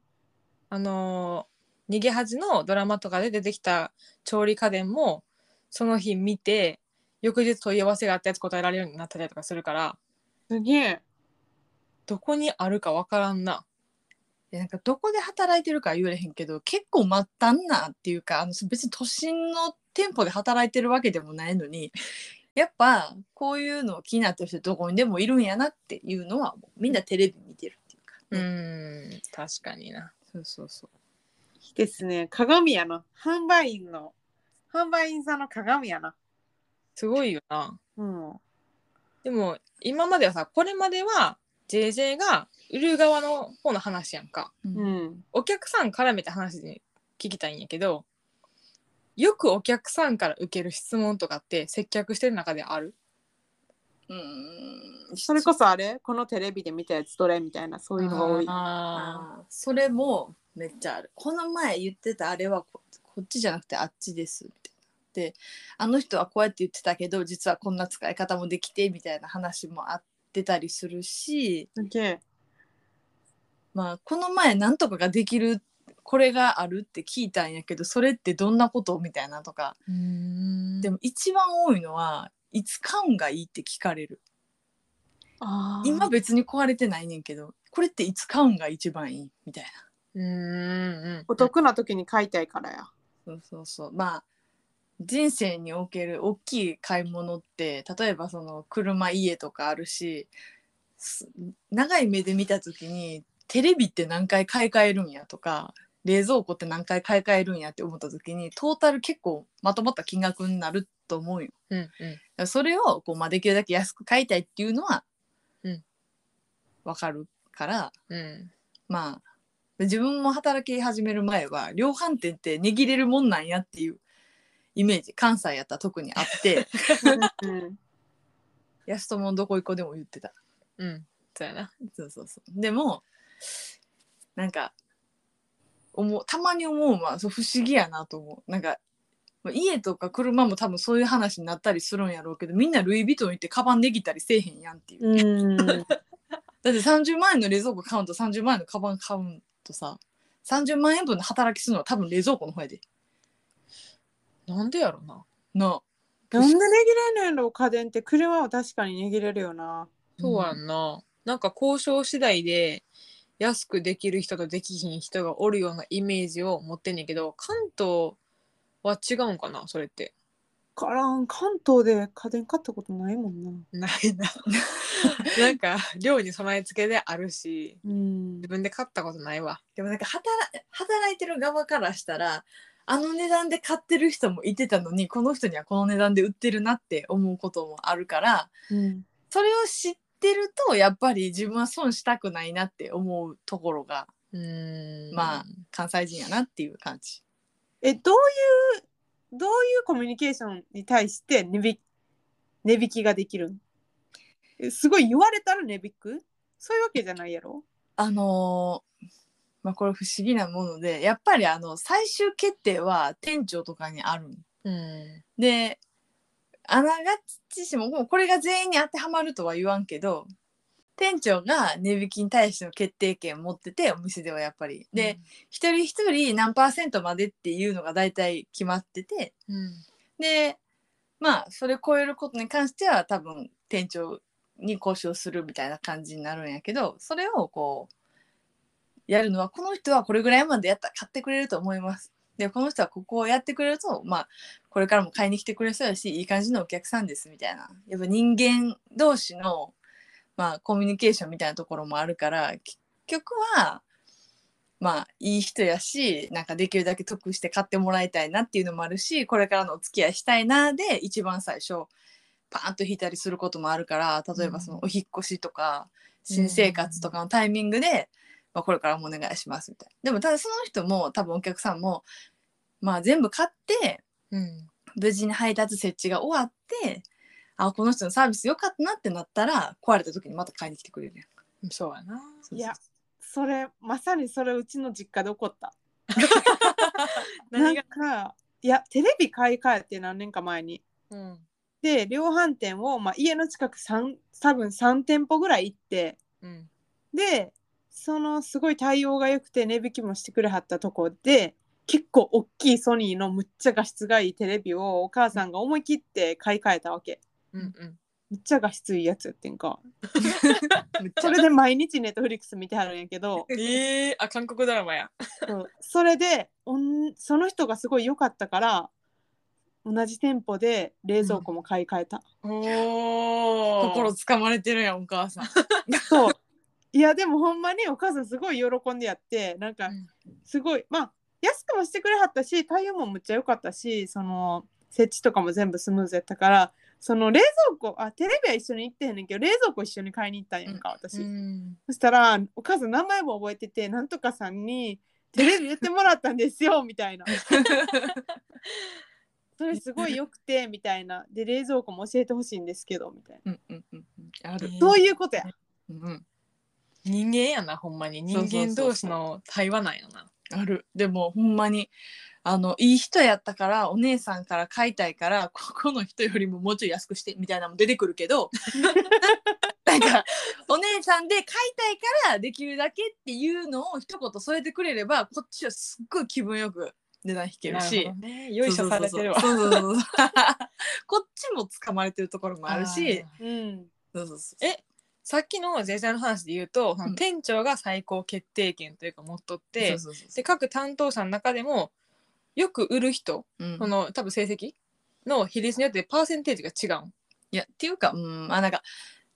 Speaker 2: あのー逃げ恥のドラマとかで出てきた調理家電もその日見て翌日問い合わせがあったやつ答えられるようになったりとかするから
Speaker 1: すげえ。
Speaker 2: どこにあるかわからんな
Speaker 3: でなんかどこで働いてるかは言われへんけど結構末端なっていうかあの別に都心の店舗で働いてるわけでもないのにやっぱこういうのを気になってる人どこにでもいるんやなっていうのはもうみんなテレビ見てるってい
Speaker 2: ん
Speaker 3: うか、
Speaker 2: 確かにな
Speaker 3: そうそうそう
Speaker 1: いいですね。鏡やな。販売員の、販売員さんの鏡やな。
Speaker 2: すごいよな
Speaker 1: うん。
Speaker 2: でも今まではさこれまでは JJ が売る側の方の話やんか
Speaker 1: うん。
Speaker 2: お客さん絡めて話に聞きたいんやけどよくお客さんから受ける質問とかって接客してる中である
Speaker 3: うん
Speaker 1: それこそあれこのテレビで見たやつどれみたいな、そういうのが多い。
Speaker 2: あ
Speaker 3: あーそれもめっちゃあるこの前言ってたあれはここっちじゃなくてあっちですみたいなであの人はこうやって言ってたけど実はこんな使い方もできてみたいな話もあってたりするし
Speaker 1: すげえ。
Speaker 3: まあこの前なんとかができるこれがあるって聞いたんやけどそれってどんなことみたいなとか
Speaker 2: ーうん
Speaker 3: でも一番多いのはいつ買うんがいいって聞かれる
Speaker 1: あー
Speaker 3: 今別に壊れてないねんけどこれっていつ買うんが一番いいみたいな。
Speaker 2: うーん
Speaker 1: お得な時に買いたいからや。
Speaker 3: そうそうそうまあ人生における大きい買い物って例えばその車家とかあるしす長い目で見た時にテレビって何回買い替えるんやとか冷蔵庫って何回買い替えるんやって思った時にトータル結構まとまった金額になると思うよ。
Speaker 2: うんうん
Speaker 3: だからそれをこう、まあ、できるだけ安く買いたいっていうのは
Speaker 2: うん
Speaker 3: わかるから、
Speaker 2: うん
Speaker 3: まあ自分も働き始める前は量販店って握れるもんなんやっていうイメージ関西やったら特にあって
Speaker 1: うん
Speaker 3: 安友のどこ行こうでも言ってた
Speaker 2: うんそうやな
Speaker 3: そうそうそうでもなんか思うたまに思うまあそう不思議やなと思うなんかまあ家とか車も多分そういう話になったりするんやろうけどみんなルイ・ヴィトン行ってカバンできたりせえへんやんっていう、
Speaker 1: うん。
Speaker 3: だって30万円の冷蔵庫買うんと30万円のカバン買うんとさ30万円分の働きするのは多分冷蔵庫の方やで
Speaker 2: なんでやろな
Speaker 3: な
Speaker 1: なんで握れないの家電って車は確かに握れるよな。
Speaker 2: そうやんな、なんか交渉次第で安くできる人とできひん人がおるようなイメージを持ってんねんけど関東は違うんかなそれって
Speaker 1: からん関東で家電買ったことないもんな。
Speaker 2: ない ななんか量に備え付けであるし
Speaker 1: うん
Speaker 2: 自。分で買ったことないわ
Speaker 3: でもなんか働働いてる側からしたらあの値段で買ってる人もいてたのにこの人にはこの値段で売ってるなって思うこともあるから
Speaker 1: うん。
Speaker 3: それを知ってるとやっぱり自分は損したくないなって思うところが
Speaker 2: うーん
Speaker 3: まあ関西人やなっていう感じ。
Speaker 1: え、どういう、どういうコミュニケーションに対して値引き値引きができるんえすごい言われたら値引くそういうわけじゃないやろ
Speaker 3: あのーまあ、これ不思議なものでやっぱりあの最終決定は店長とかにあるん
Speaker 2: うん
Speaker 3: であながちしももうこれが全員に当てはまるとは言わんけど店長が値引きに対しての決定権を持っててお店ではやっぱり。で、、一人一人何パーセントまでっていうのが大体決まってて
Speaker 2: うん
Speaker 3: でまあそれ超えることに関しては多分店長に交渉するみたいな感じになるんやけどそれをこうやるのはこの人はこれぐらいまでやったら買ってくれると思います。でこの人はここをやってくれるとまあこれからも買いに来てくれる人だしいい感じのお客さんですみたいなやっぱ人間同士の、まあ、コミュニケーションみたいなところもあるから結局はまあいい人やしなんかできるだけ得して買ってもらいたいなっていうのもあるしこれからのお付き合いしたいなで一番最初パーンと引いたりすることもあるから例えばそのお引っ越しとか新生活とかのタイミングで、まあ、これからもお願いしますみたいなでもただその人も多分お客さんも、まあ、全部買って
Speaker 2: うん
Speaker 3: 無事に配達設置が終わってあこの人のサービス良かったなってなったら壊れた時にまた買いに来てくれるやん
Speaker 2: うんそうやな。
Speaker 3: そうそう
Speaker 1: いやそれまさにそれうちの実家で起こったな
Speaker 2: 何
Speaker 1: ん
Speaker 2: が、
Speaker 1: かいやテレビ買い替えて何年か前に
Speaker 2: うん
Speaker 1: で量販店を、まあ、家の近く3多分3店舗ぐらい行って
Speaker 2: うん
Speaker 1: でそのすごい対応が良くて値引きもしてくれはったとこで結構大きいソニーのむっちゃ画質がいいテレビをお母さんが思い切って買い替えたわけ
Speaker 2: うんうん
Speaker 1: むっちゃ画質いいやつやってんか
Speaker 3: むっちゃ
Speaker 1: それで毎日ネットフリックス見てはるんやけど
Speaker 2: ええあ韓国ドラマ や。
Speaker 1: そう それでおんその人がすごい良かったから同じ店舗で冷蔵庫も買い替えた、
Speaker 2: おお。
Speaker 3: 心つかまれてるやんお母さん。
Speaker 1: そういやでもほんまにお母さんすごい喜んでやってなんか
Speaker 2: うん
Speaker 1: すごい、まあ安くもしてくれはったし対応もむっちゃ良かったしその設置とかも全部スムーズやったからその冷蔵庫あテレビは一緒に行ってへんねんけど冷蔵庫一緒に買いに行ったんやんか私、
Speaker 2: うん。
Speaker 1: そしたらお母さん名前も覚えててなんとかさんに「テレビ出てもらったんですよ」みたいな 「それすごいよくて」みたいな「で冷蔵庫も教えてほしいんですけど」みたいな
Speaker 3: うんうんうんうんある。
Speaker 1: そういうことや
Speaker 3: うん
Speaker 2: 人間やなほんまに人
Speaker 3: そうそうそ
Speaker 2: 間
Speaker 3: うそう
Speaker 2: 同士の対話なんやな。
Speaker 3: あるでもほんまにあのいい人やったからお姉さんから買いたいからここの人よりももうちょい安くしてみたいなのも出てくるけどなんかお姉さんで買いたいからできるだけっていうのを一言添えてくれればこっちはすっごい気分よく値段引けるし。
Speaker 2: ね、よいしょされてるわ。
Speaker 3: そうそうそうそうそうこっちもつかまれてるところもあるし
Speaker 1: うん
Speaker 3: そうそうそう
Speaker 2: えさっきのジェジャーの話で言うと、その
Speaker 3: うん
Speaker 2: 店長が最高決定権というか持っとって
Speaker 3: そうそうそ
Speaker 2: で各担当者の中でもよく売る人
Speaker 3: ううん
Speaker 2: その多分成績の比率によってパーセンテージが違うん。
Speaker 3: いやっていうかうんまあなんか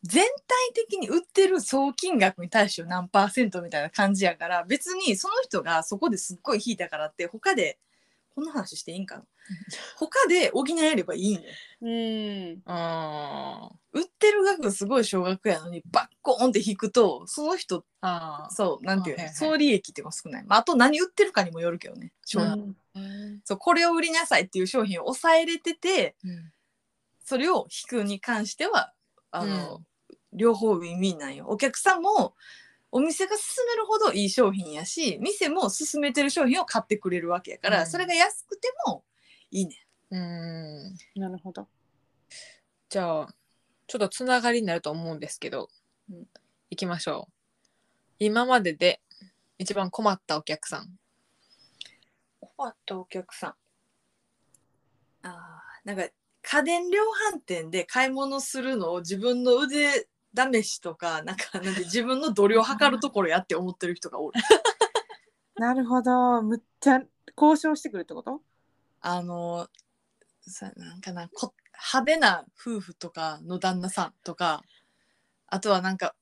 Speaker 3: 全体的に売ってる総金額に対して何パーセントみたいな感じやから別にその人がそこですっごい引いたからって他でこの話していいんかな他で補えればいいんだよ
Speaker 1: うん
Speaker 2: あ
Speaker 3: 売ってる額すごい少額やのにバッコーンって引くとその人
Speaker 2: ーあー。
Speaker 3: そうなんていう
Speaker 2: あはい
Speaker 3: の
Speaker 2: はい
Speaker 3: 総利益っていうのが少ない、まあ、あと何売ってるかにもよるけどね商品、そうこれを売りなさいっていう商品を抑えれてて
Speaker 2: うん
Speaker 3: それを引くに関してはあの、両方ウィンウィンなんよお客さんもお店が勧めるほどいい商品やし店も勧めてる商品を買ってくれるわけやから、
Speaker 2: うん
Speaker 3: それが安くてもいいね
Speaker 2: うん
Speaker 1: なるほど
Speaker 2: じゃあちょっとつながりになると思うんですけど、
Speaker 3: うん
Speaker 2: いきましょう今までで一番困ったお客さん
Speaker 3: 困ったお客さんあーなんか家電量販店で買い物するのを自分の腕試しとかなんかなんて自分の度量測るところやって思ってる人がおる
Speaker 1: なるほどむっちゃ交渉してくるってこと
Speaker 3: あのさなんかなこ派手な夫婦とかの旦那さんとかあとはなんか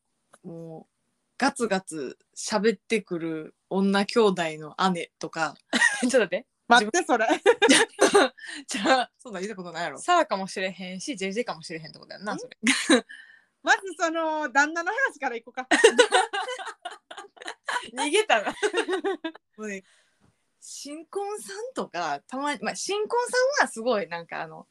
Speaker 3: もうガツガツ喋ってくる女兄弟の姉とか
Speaker 2: ちょっと待って
Speaker 1: 待ってそれ
Speaker 3: じゃあそんなん言ったことないやろ
Speaker 2: サラかもしれへんし JJ かもしれへんってことやんなそれ
Speaker 1: まずその旦那の話からいこうか
Speaker 2: 逃げたな
Speaker 3: もうね新婚さんとかたまに、まあ、新婚さんはすごいなんかあの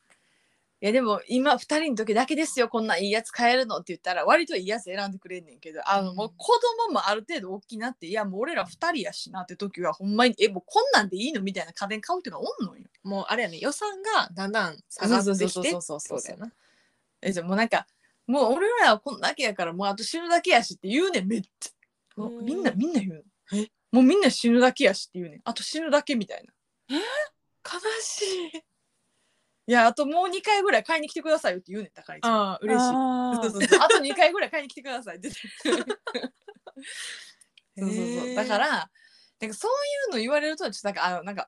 Speaker 3: いやでも今2人の時だけですよこんないいやつ買えるのって言ったら割といいやつ選んでくれんねんけどあの
Speaker 2: うん
Speaker 3: もう子供もある程度大きなっていやもう俺ら2人やしなって時はほんまにえもうこんなんでいいのみたいな家電買うってのはおんのよ。
Speaker 2: もうあれやね予算がだんだん下
Speaker 3: そう
Speaker 2: が
Speaker 3: そう
Speaker 2: っ
Speaker 3: そ
Speaker 2: て
Speaker 3: う
Speaker 2: き
Speaker 3: そう
Speaker 2: て
Speaker 3: そうそう
Speaker 2: そうだよな
Speaker 3: えじゃあもうなんかもう俺らはこんだけやからもうあと死ぬだけやしって言うねんめっちゃもうみんな
Speaker 2: うん
Speaker 3: みんな言うの
Speaker 2: え
Speaker 3: もうみんな死ぬだけやしって言うねんあと死ぬだけみたいな
Speaker 2: 悲しい。
Speaker 3: いやあともう2回ぐらい買いに来てくださいよって言うねん高いあ
Speaker 2: ああ、嬉しい。
Speaker 1: あ
Speaker 3: そう
Speaker 1: ー
Speaker 3: そうそうあと2回ぐらい買いに来てください って言ってそうそうそ
Speaker 2: へ
Speaker 3: う
Speaker 2: ー
Speaker 3: だからなんかそういうの言われるとちょっとなんかあのなんか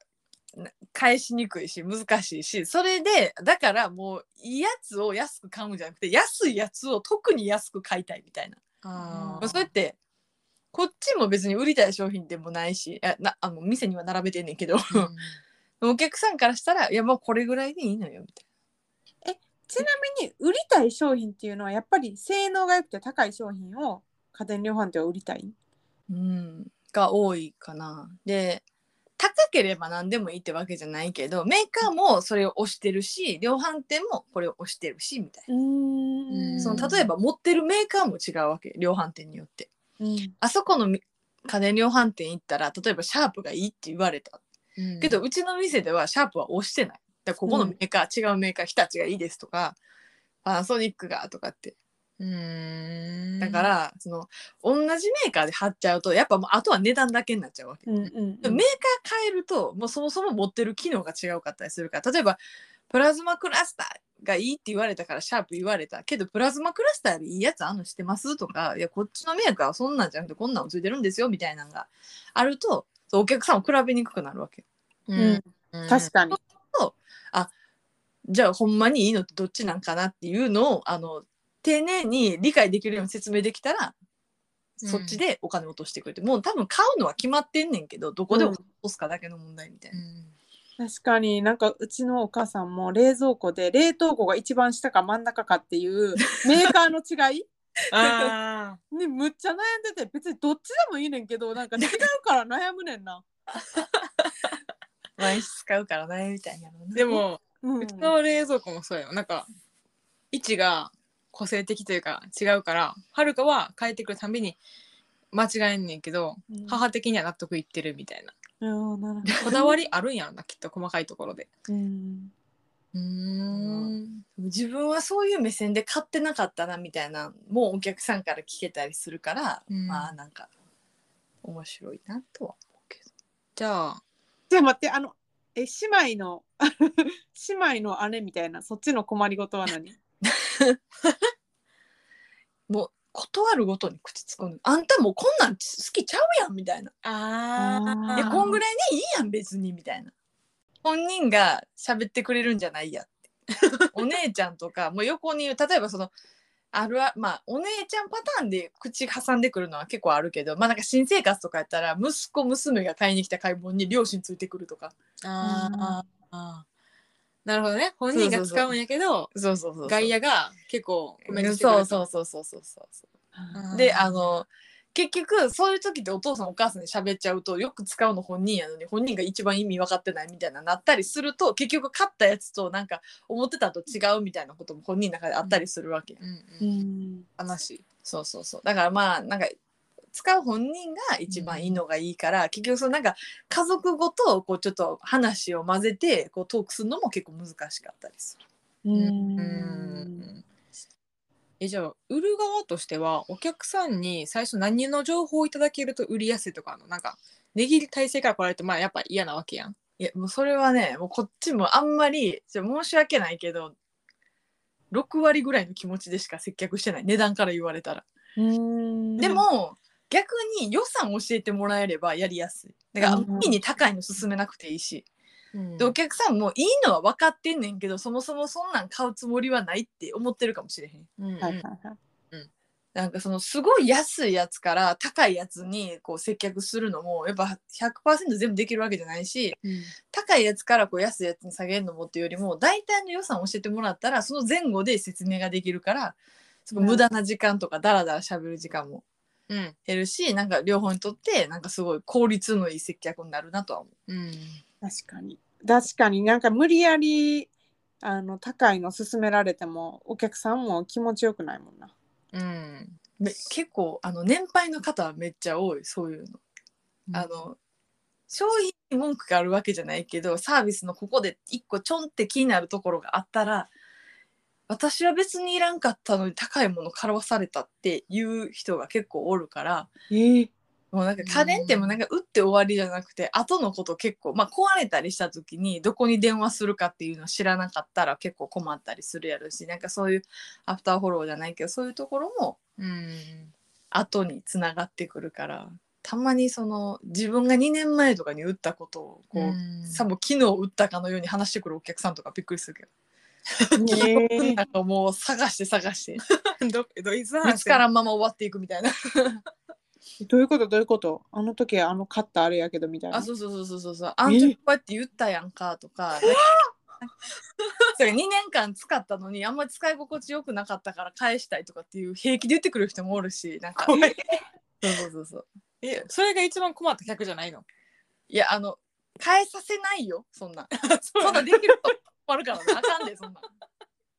Speaker 3: な返しにくいし難しいしそれでだからもういいやつを安く買うんじゃなくて安いやつを特に安く買いたいみたいな
Speaker 2: あ
Speaker 3: ま
Speaker 2: あ
Speaker 3: あ、そうやってこっちも別に売りたい商品でもないしあなあの店には並べてんねんけど、 お客さんからしたら「いやもうこれぐらいでいいのよ」みたい
Speaker 1: ちなみに売りたい商品っていうのはやっぱり性能が良くて高い商品を家電量販店は売りたい。
Speaker 3: な、うん、が多いかな。で高ければ何でもいいってわけじゃないけどメーカーもそれを推してるし量販店もこれを推してるしみたいな、
Speaker 1: うん
Speaker 2: ん
Speaker 3: その例えば持ってるメーカーも違うわけ量販店によって。
Speaker 1: うん
Speaker 3: あそこのみ家電量販店行ったら例えばシャープがいいって言われた
Speaker 2: うん
Speaker 3: けど、うちの店ではシャープは押してない。だからここのメーカー、違うメーカー日立がいいですとかパナソニックがとかって
Speaker 2: うん。
Speaker 3: だか、ら、その同じメーカーで貼っちゃうとやっぱもうあとは値段だけになっちゃうわけ。
Speaker 1: うんうん
Speaker 3: でもメーカー変えるともうそもそも持ってる機能が違うかったりするから例えばプラズマクラスターがいいって言われたからシャープ言われたけどプラズマクラスターでいいやつあんのしてますとかいやこっちのメーカーはそんなんじゃなくてこんなんもついてるんですよみたいなのがあるとそうお客さんを比べにくくなるわけ。
Speaker 1: う
Speaker 2: う
Speaker 1: ん
Speaker 2: ん。
Speaker 1: 確かに。
Speaker 3: じゃあほんまにいいのってどっちなんかなっていうのをあの丁寧に理解できるように説明できたら、
Speaker 2: うん
Speaker 3: そっちでお金落としてくれてもう多分買うのは決まってんねんけどどこで
Speaker 1: うん
Speaker 3: 落とすかだけの問題みたいな。
Speaker 1: 確かになんかうちのお母さんも冷蔵庫で冷凍庫が一番下か真ん中かっていうメーカーの違い
Speaker 2: ああ。
Speaker 1: にむっちゃ悩んでて別にどっちでもいいねんけどなんか違うから悩むねんな。
Speaker 3: 毎日使うからねみたいなのね
Speaker 2: でも、
Speaker 1: うん
Speaker 2: うちの冷蔵庫もそうよ。なんか、位置が個性的というか違うから、はるかは変えてくるたびに間違えんねんけど、
Speaker 1: うん
Speaker 2: 母的には納得いってるみたいな。
Speaker 1: うんなるほ
Speaker 2: こだわりあるんやろな、きっと細かいところで。
Speaker 1: どうん
Speaker 2: うん。
Speaker 3: 自分はそういう目線で買ってなかったなみたいなもうお客さんから聞けたりするから、
Speaker 2: うん
Speaker 3: まあなんか面白いなとは思うけど。
Speaker 2: じゃあ、
Speaker 1: じゃあ待ってあのえ姉妹の 姉妹の姉みたいなそっちの困りごとは何
Speaker 3: もう断るごとに口突っ込んであんたもうこんなん好きちゃうやんみたいな。
Speaker 1: あー
Speaker 3: いや
Speaker 1: あ
Speaker 3: こんぐらいでいいやん別にみたいな本人が喋ってくれるんじゃないやって お姉ちゃんとかもう横にいる例えばそのあるあまあお姉ちゃんパターンで口挟んでくるのは結構あるけどまあなんか新生活とかやったら息子娘が買いに来た買い物に両親ついてくるとか
Speaker 2: あーあーなるほどね本人が使うんやけど
Speaker 3: そうそうそう
Speaker 2: 外
Speaker 3: 外野
Speaker 2: 野が結構コメントしてくれ
Speaker 3: そ
Speaker 2: る
Speaker 3: うそうそうそうそうそう
Speaker 2: うん
Speaker 3: であの結局そういう時ってお父さんお母さんに喋っちゃうとよく使うの本人やのに本人が一番意味分かってないみたいななったりすると結局勝ったやつとなんか思ってたと違うみたいなことも本人の中であったりするわけ、
Speaker 2: うん
Speaker 1: う
Speaker 2: うん
Speaker 1: ん
Speaker 2: 話
Speaker 3: そうそうそうだからまあなんか使う本人が一番いいのがいいから、結局そのなんか家族ごとこうちょっと話を混ぜてこうトークするのも結構難しかったりす
Speaker 1: う
Speaker 3: る。
Speaker 2: うんえじゃあ売る側としてはお客さんに最初何の情報をいただけると売りやすいとかあんのなんか値切り体制から来られるとまあやっぱ嫌なわけやん
Speaker 3: いやもうそれはねもうこっちもあんまりじゃ申し訳ないけど6割ぐらいの気持ちでしか接客してない値段から言われたら、
Speaker 1: うん
Speaker 3: でも逆に予算教えてもらえればやりやすいだから
Speaker 1: うん
Speaker 3: 無理に高いの勧めなくていいし、で
Speaker 2: ど
Speaker 3: お
Speaker 2: け
Speaker 3: 客さんもいいのは分かってんねんけどそもそもそんなん買うつもりはないって思ってるかもしれへん
Speaker 2: うんう
Speaker 1: は
Speaker 2: ん
Speaker 1: いはいはい
Speaker 3: なんかそのすごい安いやつから高いやつにこう接客するのもやっぱ100%全部できるわけじゃないし、高いやつからこう安いやつに下げるのもっていうよりも大体の予算を教えてもらったらその前後で説明ができるからすごい無駄な時間とかダラダラしゃべる時間も
Speaker 2: うん
Speaker 3: 減るしなんか両方にとってなんかすごい効率のいい接客になるなとは思う。
Speaker 2: うん
Speaker 1: 確かに確かになんか無理やりあの高いの勧められてもお客さんも気持ちよくないもんな。
Speaker 2: うん
Speaker 3: め結構あの年配の方はめっちゃ多いそういうの。あの商品に文句があるわけじゃないけどサービスのここで一個ちょんって気になるところがあったら私は別にいらんかったのに高いものからわされたっていう人が結構おるから
Speaker 1: えー、
Speaker 3: もうなんか家電ってもなんか打って終わりじゃなくて後のこと結構まあ壊れたりした時にどこに電話するかっていうのを知らなかったら結構困ったりするやろしなんかそういうアフターフォローじゃないけどそういうところも
Speaker 2: うん
Speaker 3: 後につながってくるからたまにその自分が2年前とかに打ったことをこう、
Speaker 2: うん
Speaker 3: さも昨日打ったかのように話してくるお客さんとかびっくりするけど、
Speaker 1: え
Speaker 3: なんかもう探して探 して
Speaker 2: どどいつ
Speaker 3: 見つからんまま終わっていくみたいな
Speaker 1: ー、どういうことどういうことあの時あの買ったあれやけどみたいな
Speaker 3: あそうそうそうそうそうそう あん時こうやって言ったやんかと か。それ2年間使ったのにあんまり使い心地よくなかったから返したいとかっていう平気で言ってくる人もおるしなんかそう
Speaker 1: 怖い
Speaker 3: そうそうそう
Speaker 2: えそれが一番困った客じゃないの
Speaker 3: いやあの返させないよ そんな
Speaker 2: そう
Speaker 3: そんなできると困るからな。あかんで、そんな。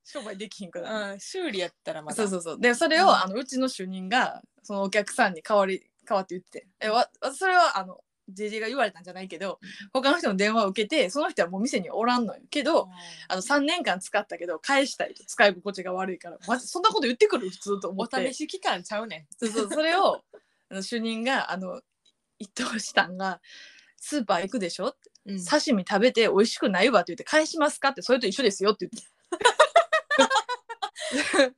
Speaker 3: 商売できひんから。
Speaker 2: うん、修理やったらまだ
Speaker 3: そうそううそう。で、それ
Speaker 2: うん
Speaker 3: を、あの、うちの主任が、そのお客さんに代わり、代わって言ってて。え、わ、わそれは、あの、JJ が言われたんじゃないけど、他の人の電話を受けて、その人はもう店におらんのよ。けど、あの、3年間使ったけど、返したいと、使い心地が悪いから、マジ、そんなこと言ってくる普通と思
Speaker 2: お
Speaker 3: って。
Speaker 2: 試し期間ちゃうねん
Speaker 3: そうそうそれをあの主任があの伊藤したんが「スーパー行くでしょ?」って、
Speaker 2: うん
Speaker 3: 刺身食べて美味しくないわ」って言って「返しますか?」って「それと一緒ですよ」って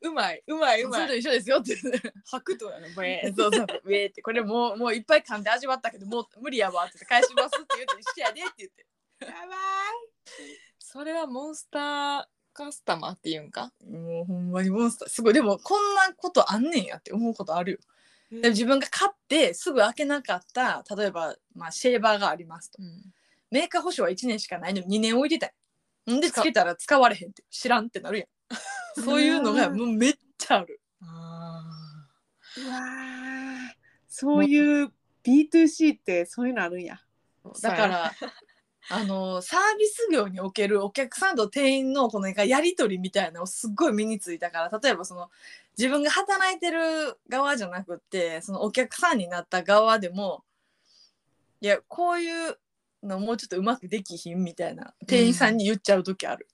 Speaker 3: 言
Speaker 2: うまいうまいう
Speaker 3: って「
Speaker 2: ま
Speaker 3: それと
Speaker 2: い
Speaker 3: 一緒ですよ」って言 って
Speaker 2: 白とやねこれ
Speaker 3: そうそう「ウェーってこれもうもういっぱい噛んで味わったけどもう無理やわ」って言って「返します」って言うと一緒やでって言って。
Speaker 1: やばい
Speaker 2: それはモンスターカスタマーっていうんか
Speaker 3: もうほんまにモンスターすごいでもこんなことあんねんやって思うことあるよ
Speaker 1: え
Speaker 3: でも自分が買ってすぐ開けなかった例えば、まあ、シェーバーがありますと
Speaker 2: うん
Speaker 3: メーカー保証は1年しかないのに2年置いてたんんでつけたら使われへんって知らんってなるやんそういうのがもうめっちゃある
Speaker 2: あ
Speaker 1: うわーそういう B2C ってそういうのあるんや
Speaker 2: ー
Speaker 3: だからあのサービス業におけるお客さんと店員のこのやり取りみたいなのをすっごい身についたから例えばその自分が働いてる側じゃなくってそのお客さんになった側でもいやこういうのもうちょっとうまくできひんみたいな店員さんに言っちゃう時ある。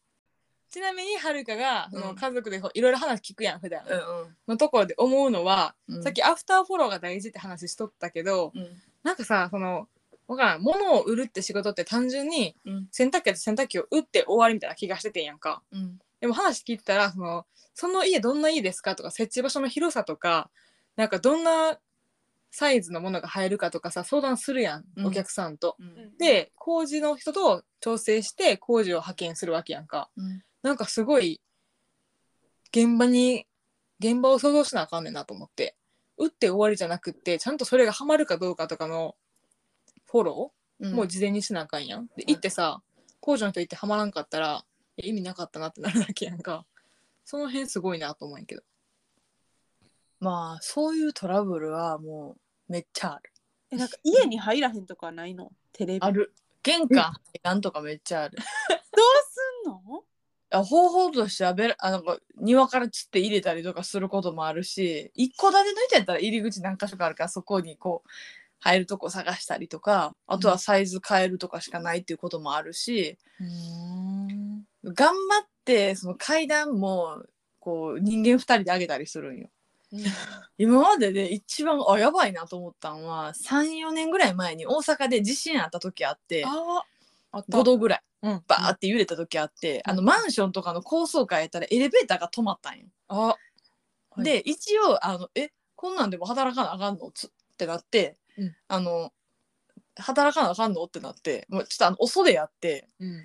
Speaker 2: ちなみにはるかが、その
Speaker 3: うん
Speaker 2: 家族でいろいろ話聞くやん普段、
Speaker 3: うん
Speaker 2: のところで思うのは、
Speaker 3: うん
Speaker 2: さっきアフターフォローが大事って話しとったけど
Speaker 3: うん
Speaker 2: なんかさそのわからん物を売るって仕事って単純に
Speaker 3: うん
Speaker 2: 洗濯機と洗濯機を売って終わりみたいな気がしててんやんか
Speaker 3: うん
Speaker 2: でも話聞いてたらそのその家どんな家ですかとか設置場所の広さとかなんかどんなサイズのものが入るかとかさ相談するやん、
Speaker 3: うん
Speaker 2: お客さんと。
Speaker 3: うん
Speaker 2: で工事の人と調整して工事を派遣するわけやんか。
Speaker 3: うん
Speaker 2: なんかすごい現場に現場を想像しなあかんねんなと思って打って終わりじゃなくってちゃんとそれがハマるかどうかとかのフォローもう事前にしなあかんやん。で
Speaker 3: うん
Speaker 2: 行ってさ工場の人行ってハマらんかったらいや意味なかったなってなるだけやんか。その辺すごいなと思うんやけど。
Speaker 3: まあそういうトラブルはもうめっちゃある。
Speaker 1: えなんか家に入らへんとかないのテレビどう
Speaker 3: る。玄関なんとかめっちゃある。
Speaker 1: すんの
Speaker 3: あ方法としてはべらあなんか庭から釣って入れたりとかすることもあるし一戸建ての人やったら入り口何箇所かあるからそこにこう入るとこ探したりとかあとはサイズ変えるとかしかないっていうこともあるし、
Speaker 2: うん
Speaker 3: 頑張ってその階段もこう人間2人で上げたりするんよ。今までで一番あやばいなと思ったのは34年ぐらい前に大阪で地震あった時あって
Speaker 2: ああった
Speaker 3: 5度ぐらい
Speaker 2: うん
Speaker 3: バーって揺れた時あって、
Speaker 2: うん
Speaker 3: あのマンションとかの高層階やったらエレベーターが止まったんよ。
Speaker 2: あはい
Speaker 3: で一応あのえこんなんでも働かなあかんのつってなって、
Speaker 2: うん
Speaker 3: あの働かなあかんのってなってもうちょっとあのお袖やって
Speaker 2: うん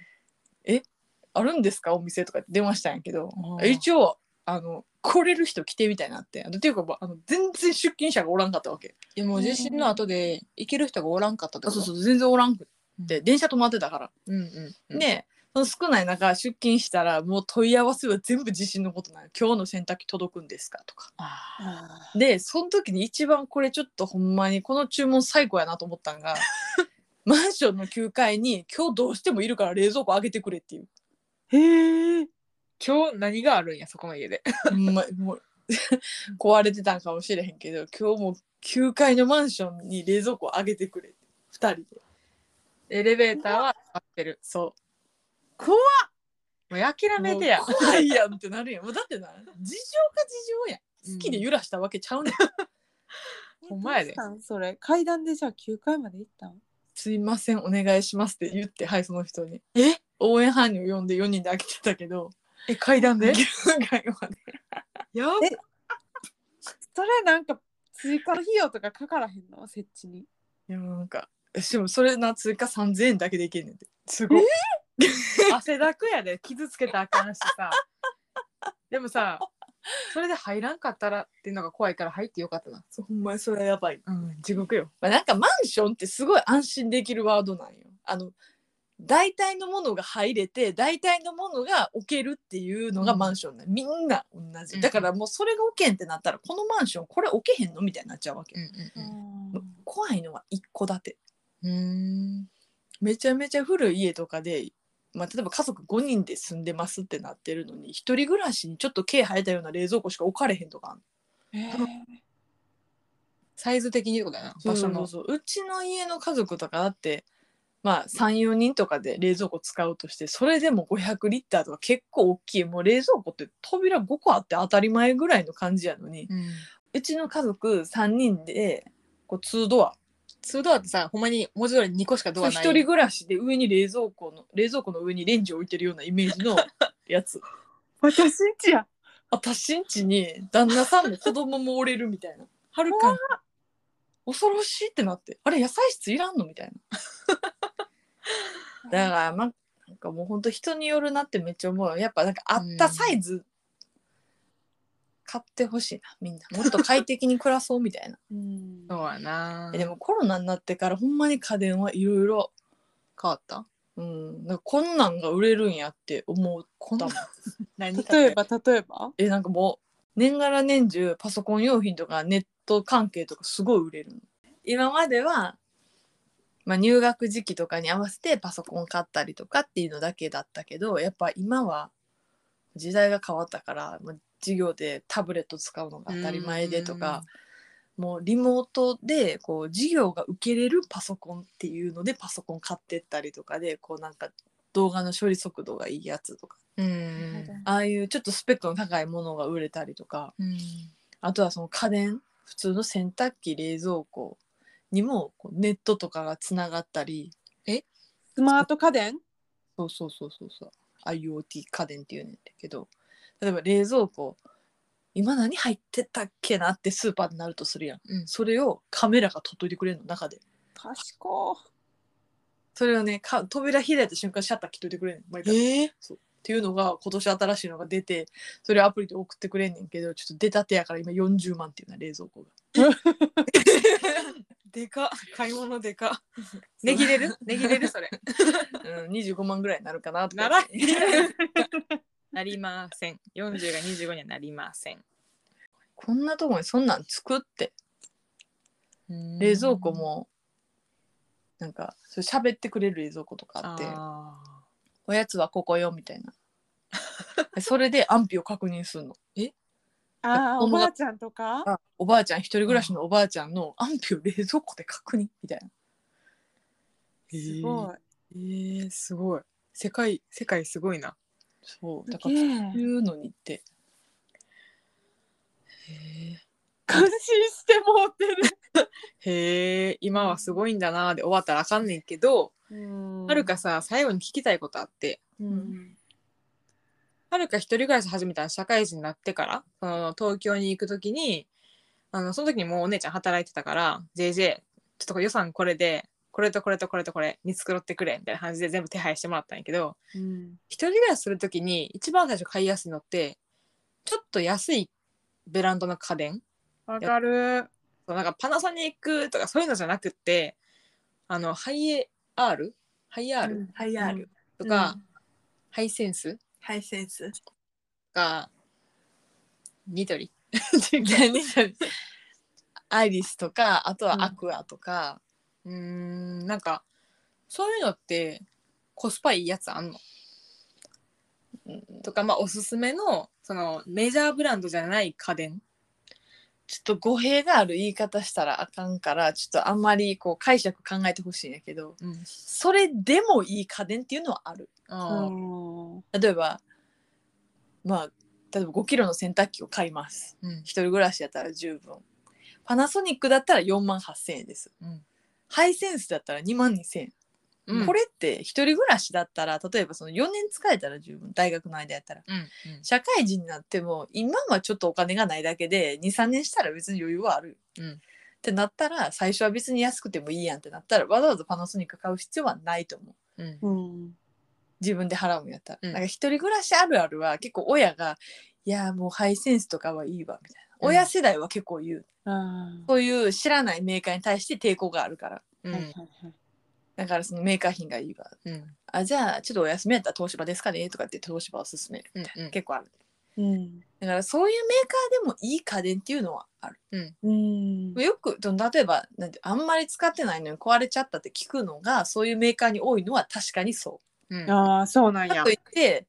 Speaker 3: 「あるんですかお店」とかって電話したんやけど
Speaker 2: あー
Speaker 3: 一応あの来れる人来てみたいになってあのっていうかまああの全然出勤者がおらんかったわけ。
Speaker 2: いやもう地震の後で行ける人がおらんかったって
Speaker 3: あ
Speaker 2: こと
Speaker 3: そうそう全然おらんく
Speaker 2: う
Speaker 3: って、
Speaker 2: ん
Speaker 3: 電車止まってたから。
Speaker 2: うんうんうん
Speaker 3: でその少ない中出勤したらもう問い合わせは全部地震のことなの今日の洗濯機届くんですかとか
Speaker 2: あー
Speaker 1: あ
Speaker 3: でその時に一番これちょっとほんまにこの注文最高やなと思った んがマンションの9階に今日どうしてもいるから冷蔵庫開けてくれっていう
Speaker 1: ーへえ
Speaker 2: 今日何があるんやそこの家で。
Speaker 3: ほんまもう 壊れてたんかもしれへんけど今日も9階のマンションに冷蔵庫開けてくれって2人で
Speaker 2: エレベーターは合ってる。
Speaker 3: そう
Speaker 1: 怖っ
Speaker 2: もう諦めてや。
Speaker 3: もう怖いやんってなるやんもうだってな事情が事情やん好きで揺らしたわけち ゃうねん、ほんまや
Speaker 1: ど
Speaker 3: で
Speaker 1: うしたんそれ階段でじゃあ9階まで行ったん
Speaker 3: すいませんお願いしますって言ってはいその人に
Speaker 2: え
Speaker 3: 応援班に呼んで4人で開けてたけど
Speaker 2: え、階段で
Speaker 3: 限界まで
Speaker 2: やば
Speaker 1: えそれなんか追加の費用とかかからへんの設置に
Speaker 3: いやなんかしかもそれな追加3000円だけでいけんねんてすごい
Speaker 2: 汗だくやで、傷つけたらあかんしさ。 でもさ、それで入らんかったらっていうのが怖いから入ってよかったな。
Speaker 3: そうほんまにそれはやばい、
Speaker 2: うん、地獄よ。
Speaker 3: まあ、なんかマンションってすごい安心できるワードなんよあの大体のものが入れて大体のものが置けるっていうのがマンションな、みんな同
Speaker 2: う
Speaker 3: じ
Speaker 2: ん
Speaker 3: だからもうそれが置けんってなったらこのマンションこれ置けへんのみたいになっちゃうわけ、怖いのは一戸建て
Speaker 2: うんうん。
Speaker 3: めちゃめちゃ古い家とかで、まあ、例えば家族5人で住んでますってなってるのに一人暮らしにちょっと毛生えたような冷蔵庫しか置かれへんとかあんの
Speaker 1: え
Speaker 2: サイズ的にってことだな、
Speaker 3: 場
Speaker 2: 場
Speaker 3: 所
Speaker 2: 所
Speaker 3: の
Speaker 2: の。
Speaker 3: そうちの家の家族とかだってまあ34人とかで冷蔵庫使うとしてそれでも500リッターとか結構大きいもう冷蔵庫って扉5個あって当たり前ぐらいの感じやのに
Speaker 2: うん
Speaker 3: うちの家族3人でこう2ドア
Speaker 2: ツードアってさ、ほんまに文字通り2個しかド
Speaker 3: そう
Speaker 2: ア
Speaker 3: 一
Speaker 2: ない。
Speaker 3: 人暮らしで上に冷蔵庫の冷蔵庫の上にレンジ置いてるようなイメージのや つ
Speaker 1: 私んちや
Speaker 3: 私んちに旦那さんも子供もおれるみたいなはるか恐ろしいってなってあれ野菜室いらんのみたいな。だからまなんかもうほんと人によるなってめっちゃ思うやっぱなんかあったサイズ買ってほしいなみんなもっと快適に暮らそうみたいな
Speaker 1: うん
Speaker 2: そうやな。
Speaker 3: えでもコロナになってからほんまに家電はいろいろ
Speaker 2: 変わった
Speaker 3: うんなんかこんなんが売れるんやって思うこん
Speaker 2: な
Speaker 3: なんん
Speaker 2: 何
Speaker 1: 例えば例えば
Speaker 3: えなんかもう年がら年中パソコン用品とかネット関係とかすごい売れるの今までは、まあ、入学時期とかに合わせてパソコン買ったりとかっていうのだけだったけどやっぱ今は時代が変わったから、まあ、授業でタブレット使うのが当たり前でとかもうリモートでこう授業が受けれるパソコンっていうのでパソコン買ってったりとかでこうなんか動画の処理速度がいいやつとか
Speaker 2: うん。
Speaker 3: ああいうちょっとスペックの高いものが売れたりとか
Speaker 2: うん。
Speaker 3: あとはその家電普通の洗濯機冷蔵庫にもこうネットとかがつながったり
Speaker 1: スマート家電
Speaker 3: そうそうそうそうそう IoT 家電っていうねんだけど例えば冷蔵庫今何入ってたっけなってスーパーになるとするやん
Speaker 2: うん
Speaker 3: それをカメラが取っといてくれるの中で
Speaker 1: 賢
Speaker 3: それをねか扉開いた瞬間シャッター切っといてくれんねん毎回
Speaker 2: え
Speaker 3: っていうのが今年新しいのが出てそれアプリで送ってくれんねんけどちょっと出たてやから今40万っていうな冷蔵庫が。
Speaker 2: でか買い物でか。ねぎれるねぎれるそれ。
Speaker 3: うん、25万ぐらいになるかなと
Speaker 2: な
Speaker 3: か
Speaker 2: らなりません。40が25にはなりません。
Speaker 3: こんなとこにそんなん作って冷
Speaker 2: 冷
Speaker 3: 蔵庫もなんかそれ喋ってくれる冷蔵庫とかあって
Speaker 2: あ
Speaker 3: おやつはここよみたいなそれで安否を確認するの
Speaker 1: ああ
Speaker 3: 子
Speaker 1: お
Speaker 3: 供が
Speaker 1: ばあちゃんとか
Speaker 3: おばあちゃん一人暮らしのおばあちゃんの安否を冷蔵庫で確認みたいな
Speaker 1: すごい
Speaker 2: えー、すごい。世界世界すごいな。
Speaker 3: そう
Speaker 1: す
Speaker 3: だから
Speaker 1: げ
Speaker 3: そう
Speaker 1: え
Speaker 3: いうのにって
Speaker 1: 感心してもうてる
Speaker 2: へえ今はすごいんだなーで終わったらあかんねんけど、はるかさ最後に聞きたいことあって
Speaker 1: うん
Speaker 2: はるか一人暮らし始めたら社会人になってからその東京に行く時にあのその時にもうお姉ちゃん働いてたから「JJ ちょっと予算これでこれとこれとこれとこれ見繕ってくれ」みたいな感じで全部手配してもらったんやけど
Speaker 1: うん
Speaker 2: 一人暮らしする時に一番最初買いやすいのってちょっと安いブランドの家電
Speaker 1: わかる
Speaker 2: そうなんかパナソニックとかそういうのじゃなくってあのハイエアールハイアール
Speaker 3: ハイ
Speaker 1: アール
Speaker 2: とか、ハイセンスと
Speaker 3: ハイセンス
Speaker 2: かニトリ
Speaker 3: アイリスとかあとはアクアとか、
Speaker 2: うーんなんかそういうのってコスパいいやつあんのとかまあおすすめのそのメジャーブランドじゃない家電
Speaker 3: ちょっと語弊がある言い方したらあかんからちょっとあんまりこう解釈考えてほしいんやけど
Speaker 2: うん
Speaker 3: それでもいい家電っていうのはある
Speaker 2: あー
Speaker 3: 例えばまあ例えば5キロの洗濯機を買います
Speaker 2: うん
Speaker 3: 一人暮らしやったら十分パナソニックだったら4万8,000円です
Speaker 2: うん
Speaker 3: ハイセンスだったら2万2,000円
Speaker 2: うん
Speaker 3: これって一人暮らしだったら例えばその4年使えたら十分大学の間やったら
Speaker 2: うんうん
Speaker 3: 社会人になっても今はちょっとお金がないだけで23年したら別に余裕はある、
Speaker 2: うん
Speaker 3: ってなったら最初は別に安くてもいいやんってなったらわざわざパナソニック買う必要はないと思う
Speaker 2: う
Speaker 1: う
Speaker 2: ん
Speaker 1: ん
Speaker 3: 自分で払うんやったら、
Speaker 2: うん
Speaker 3: なんか一人暮らしあるあるは結構親が「いやもうハイセンスとかはいいわ」みた
Speaker 2: う
Speaker 3: いな、
Speaker 2: ん
Speaker 3: 親世代は結構言う
Speaker 1: あ
Speaker 3: そういう知らないメーカーに対して抵抗があるから
Speaker 2: う
Speaker 1: ー
Speaker 2: ん
Speaker 1: はいはいはい
Speaker 3: だからそのメーカー品がいいわ
Speaker 2: うん
Speaker 3: あじゃあちょっとお休みやったら東芝ですかねとかって東芝を勧めるみたいな、
Speaker 2: うんうん
Speaker 3: 結構ある
Speaker 1: うん
Speaker 3: だからそういうメーカーでもいい家電っていうのはある
Speaker 1: うん
Speaker 3: よくでも例えばなんてあんまり使ってないのに壊れちゃったって聞くのがそういうメーカーに多いのは確かにそ
Speaker 2: うん
Speaker 1: ああそうな
Speaker 3: うんか
Speaker 1: や
Speaker 3: といって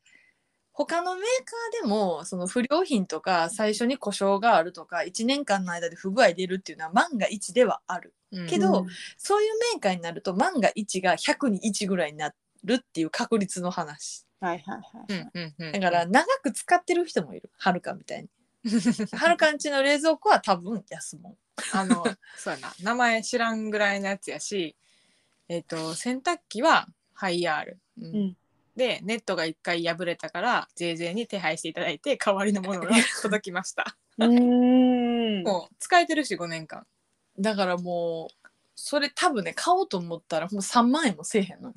Speaker 3: 他のメーカーでもその不良品とか最初に故障があるとか1年間の間で不具合出るっていうのは万が一ではある
Speaker 2: うん
Speaker 3: けどそういうメーカーになると万が一が100に1ぐらいになるっていう確率の話
Speaker 1: はいはいは
Speaker 2: う
Speaker 1: い
Speaker 2: んうんうん
Speaker 3: だから長く使ってる人もいるはるかみたいにはるかんちの冷蔵庫は多分安もん
Speaker 2: あ のそうやな名前知らんぐらいのやつやしえっ、と洗濯機はハイヤール、うん
Speaker 1: ん
Speaker 2: でネットが一回破れたから JJ に手配していただいて代わりの ものが届きました
Speaker 1: うん
Speaker 2: もう使えてるし5年間
Speaker 3: だからもうそれ多分ね買おうと思ったらもう3万円もせえへんのよ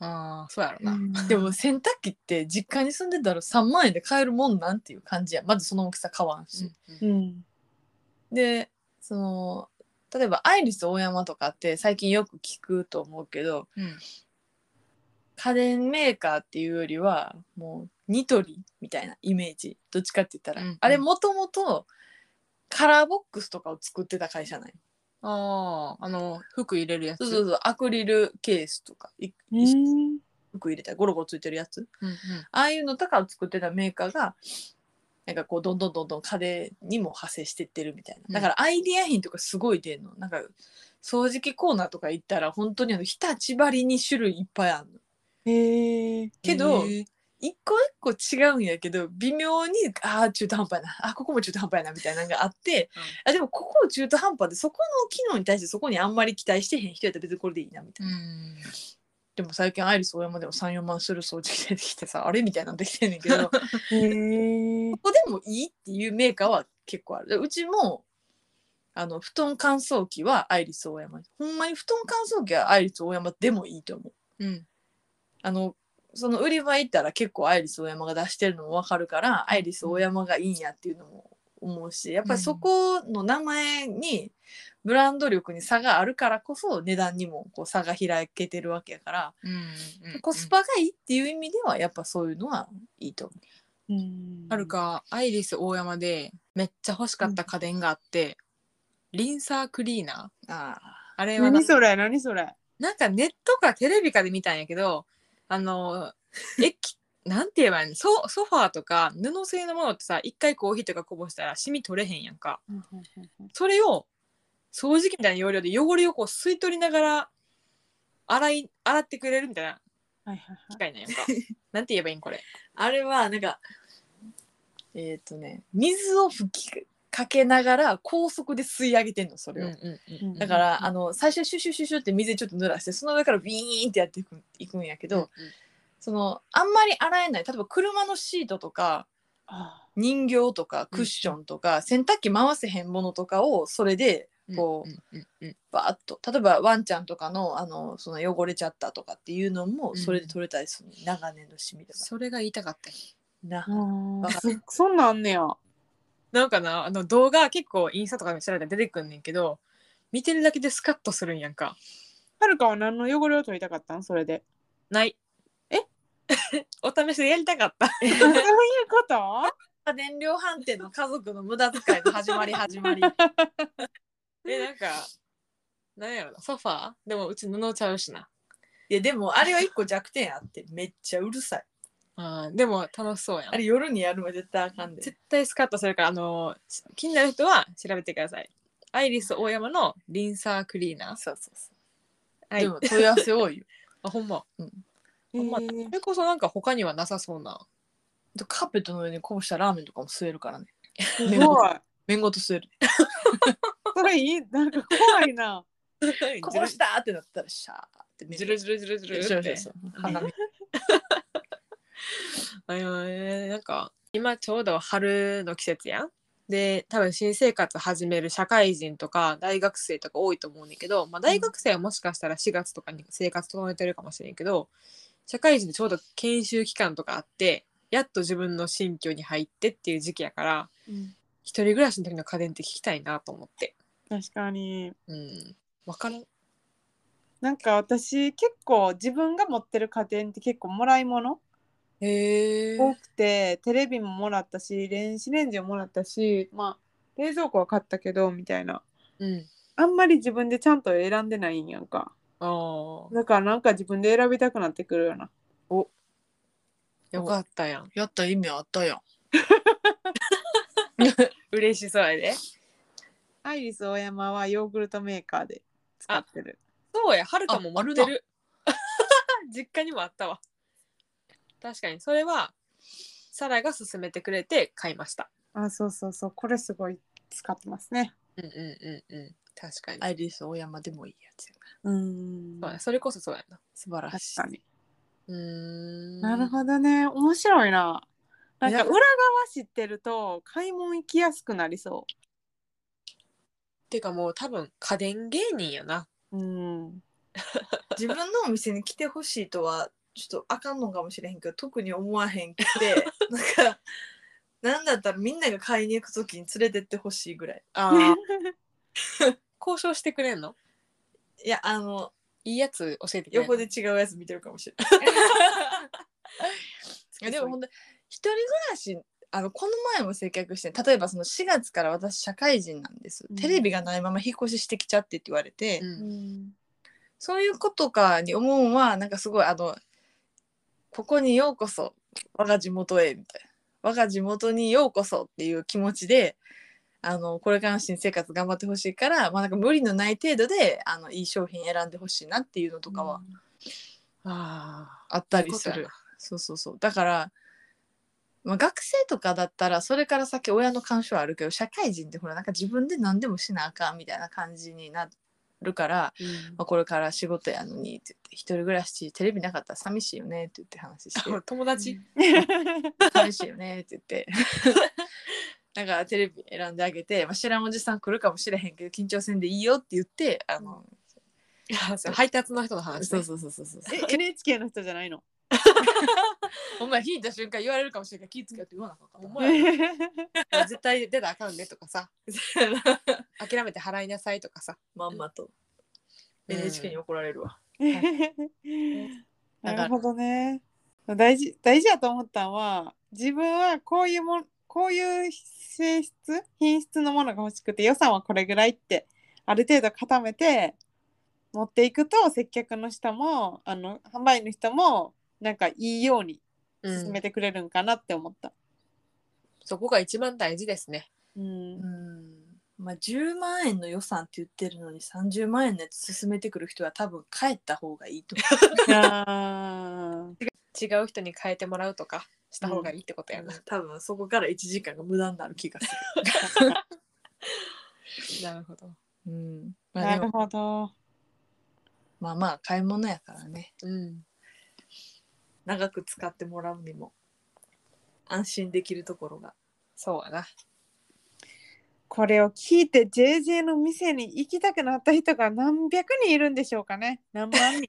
Speaker 2: ああそうやろな、
Speaker 3: でも洗濯機って実家に住んでたら3万円で買えるもんなんていう感じやまずその大きさ買わんし、
Speaker 1: うん
Speaker 3: でその例えばアイリス大山とかって最近よく聞くと思うけど
Speaker 2: うん
Speaker 3: 家電メーカーっていうよりはもうニトリみたいなイメージどっちかって言ったら、
Speaker 2: うんうん
Speaker 3: あれもともとカラーボックスとかを作ってた会社ない
Speaker 2: あああの服入れるやつ
Speaker 3: そうそうそうアクリルケースとかい
Speaker 1: うん
Speaker 3: 服入れたらゴロゴロついてるやつ
Speaker 2: うんうん
Speaker 3: ああいうのとかを作ってたメーカーがなんかこうどんどんどんどん家電にも派生してってるみたい
Speaker 2: うん
Speaker 3: なだからアイディア品とかすごい出んのなんか掃除機コーナーとか行ったら本当にあの日立ばりに種類いっぱいあるの
Speaker 1: へえ
Speaker 3: けど、
Speaker 2: へえ
Speaker 3: 一個一個違うんやけど微妙にああ中途半端やなあここも中途半端やなみたいなのがあって、
Speaker 2: うん
Speaker 3: あでもここを中途半端でそこの機能に対してそこにあんまり期待してへん人やったら別にこれでいいなみた
Speaker 2: う
Speaker 3: いな、
Speaker 2: ん
Speaker 3: でも最近アイリス大山でも34万する掃除機出てきてさ あれみたいなのできてんねんけどこ
Speaker 1: へえ
Speaker 3: こでもいいっていうメーカーは結構あるでうちもあの布団乾燥機はアイリス大山ほんまに布団乾燥機はアイリス大山でもいいと思う
Speaker 2: うん
Speaker 3: あのその売り場行ったら結構アイリスオーヤマが出してるのも分かるから、アイリスオーヤマがいいんやっていうのも思うしやっぱりそこの名前にブランド力に差があるからこそ値段にもこう差が開けてるわけやから、
Speaker 2: うんうん
Speaker 3: コスパがいいっていう意味ではやっぱそういうのはいいと思う。
Speaker 2: はるかアイリス大山でめっちゃ欲しかった家電があって、リンサークリーナー
Speaker 3: あ
Speaker 2: あれはな
Speaker 1: 何それ何それ
Speaker 2: なんかネットかテレビかで見たんやけどあの駅 なんて言えばいいのソソファーとか布製のものってさ一回コーヒーとかこぼしたらシミ取れへんやんかそれを掃除機みたいな要領で汚れをこう吸い取りながら洗い洗ってくれるみたいな
Speaker 1: はいはいはい
Speaker 2: 機械なんやん かなんて言えばいいんこれ
Speaker 3: あれはなんかえっ、とね水を吹きかけながら高速で吸い上げてんのそれを。
Speaker 1: うん
Speaker 3: だから、
Speaker 2: うん
Speaker 3: あの最初シュシュシュシュって水ちょっと濡らしてその上からビーンってやっていくいくんやけど、そのあんまり洗えない例えば車のシートとか
Speaker 1: あ
Speaker 3: 人形とかクッションとか、洗濯機回せへんものとかをそれでこう
Speaker 2: うんうんうん
Speaker 3: バーッと例えばワンちゃんとかのあのその汚れちゃったとかっていうのも
Speaker 2: ん
Speaker 3: それで取れたりする、長年の趣味だか
Speaker 2: それが言いたかった
Speaker 3: ら
Speaker 1: あ
Speaker 3: な。
Speaker 1: ーそそんなんあんねや
Speaker 2: なんかなあの動画結構インスタとかで調べたら出てくんねんけど見てるだけでスカッとするんやんか
Speaker 1: はるかは何の汚れを取りたかったんそれ で
Speaker 2: ない
Speaker 1: え
Speaker 2: お試しでやりたかった
Speaker 1: あそういうこと
Speaker 3: 家電量販店の家族の無駄遣いの始まり始 まり
Speaker 2: えなんかなんやろなソファーでもうち布ちゃうしない
Speaker 3: やでもあれは一個弱点あってめっちゃうるさい
Speaker 2: あーでも楽しそうやん
Speaker 3: あれ夜にやるの絶対あかんで
Speaker 2: 絶対スカッとするからあのー気になる人は調べてくださいアイリス大山のリンサークリーナー
Speaker 3: そうそうそ
Speaker 2: は
Speaker 3: で
Speaker 2: い
Speaker 3: も問い合わせ多いよ
Speaker 2: あほんま
Speaker 1: え
Speaker 2: ほんま
Speaker 1: ー
Speaker 2: それこそなんか他にはなさそう な
Speaker 3: カーペットの上にこぼしたラーメンとかも吸えるからね
Speaker 1: すごい。
Speaker 3: 麺ごと吸える
Speaker 1: それいい、なんか怖いな。
Speaker 3: こぼしたーってなったらシャーって
Speaker 2: ジュルジュルジュルジュル
Speaker 3: そう
Speaker 2: って
Speaker 3: そうそう鼻水
Speaker 2: あのねなんか今ちょうど春の季節やん。で多分新生活始める社会人とか大学生とか多いと思うねんだけど、まあ、大学生はもしかしたら4月とかに生活整えてるかもしれんけど社会人でちょうど研修期間とかあってやっと自分の新居に入ってっていう時期やから一人暮らしの時の家電って聞きたいなと思って。
Speaker 1: 確かに。
Speaker 2: うん、わからん
Speaker 1: なんか私結構自分が持ってる家電って結構もらい物
Speaker 2: へ
Speaker 1: 多くてテレビももらったし電子レンジももらったしまあ冷蔵庫は買ったけどみたいな
Speaker 2: うん、
Speaker 1: あんまり自分でちゃんと選んでないんやんか
Speaker 2: あー
Speaker 1: だからなんか自分で選びたくなってくるよな
Speaker 2: よかったやん
Speaker 3: やった意味あったやん
Speaker 2: 嬉しそうやで
Speaker 1: アイリスオーヤマはヨーグルトメーカーで使ってる
Speaker 2: そうや、はるかも持って
Speaker 3: ああ
Speaker 2: る。 実家にもあったわ。確かに、それは、サラが勧めてくれて買いました。
Speaker 1: あそうそうそうこれすごい使ってますね
Speaker 2: うんうんうんうん。確かに。
Speaker 3: アイリス大山でもいいやつやな
Speaker 1: うん
Speaker 2: そうやそれこそそうやな。
Speaker 3: 素晴ら
Speaker 1: 確
Speaker 3: しい
Speaker 1: かに
Speaker 2: うーん。
Speaker 1: なるほどね面白いななんか裏
Speaker 3: ね
Speaker 1: 側知ってると買い物行きやすくなりそ
Speaker 2: てかもう多分、家電芸人やな。
Speaker 1: ううん
Speaker 3: 自分のお店に来てほしいとはちょっとあかんのかもしれへんけど特に思わへんく てなんかなんだったらみんなが買いに行く時に連れてってほしいぐらい
Speaker 2: ああ。交渉してくれんの
Speaker 3: いやあの
Speaker 2: いいやつ教えてくれんの
Speaker 3: 横で違うやつ見てるかもしれないいやでも本当に一人暮らしあのこの前も接客して例えばその4月から私社会人なんです、
Speaker 1: うん
Speaker 3: テレビがないまま引っ越ししてきちゃってって言われて、
Speaker 2: うん
Speaker 3: そういうことかに思うんはなんかすごいあの「ここにようこそ我が地元へ」みたいな「我が地元にようこそ」っていう気持ちであのこれからの新生活頑張ってほしいから、まあ、なんか無理のない程度であのいい商品選んでほしいなっていうのと かは
Speaker 2: ああ。
Speaker 3: あったりす
Speaker 2: そうい
Speaker 3: る
Speaker 2: うこ。
Speaker 3: そうそうそう。だから、まあ、学生とかだったらそれから先親の干渉はあるけど社会人ってほらなんか自分で何でもしなあかんみたいな感じになるから、まあ、これから仕事やのにって言って一人暮らしテレビなかったら寂しいよねって言って話 して
Speaker 2: あ友達
Speaker 3: 寂しいよねって言ってだからテレビ選んであげて、まあ、知らんおじさん来るかもしれへんけど緊張せんでいいよって言ってあの、
Speaker 2: あそう配達の人の話
Speaker 3: そ
Speaker 2: ね
Speaker 3: うそうそうそうそう
Speaker 1: え NHK の人じゃないの
Speaker 2: お前引いた瞬間言われるかもしれんから気ぃつけよって言わなあかんかった
Speaker 1: えー
Speaker 2: 絶対出たらあかんねとかさ諦めて払いなさいとかさ
Speaker 3: まんまと
Speaker 2: うん
Speaker 3: NHK に怒られるわ。
Speaker 1: なるほどね大事大事やと思ったんは自分はこういうもんこういう性質品質のものが欲しくて予算はこれぐらいってある程度固めて持っていくと接客の人もあの販売員の人もなんかいいように進めてくれるんかなって思った。
Speaker 2: そこが一番大事ですね。
Speaker 1: うん
Speaker 3: うんまあ、10万円の予算って言ってるのに30万円のやつ進めてくる人は多分帰った方がいいと思
Speaker 1: あー
Speaker 2: 違う人に変えてもらうとかした方がいいってことや
Speaker 3: う
Speaker 2: な。
Speaker 3: 多分そこから1時間が無駄になる気がす
Speaker 2: なるほど。
Speaker 3: る、うんま
Speaker 1: な
Speaker 3: あ、で
Speaker 1: る
Speaker 3: も
Speaker 1: ほど。
Speaker 3: まあまあ買い物やからね
Speaker 2: うん。
Speaker 3: 長く使ってもらうにも安心できるところが
Speaker 2: そうやな。
Speaker 1: これを聞いて JJ の店に行きたくなった人が何百人いるんでしょうかね何万人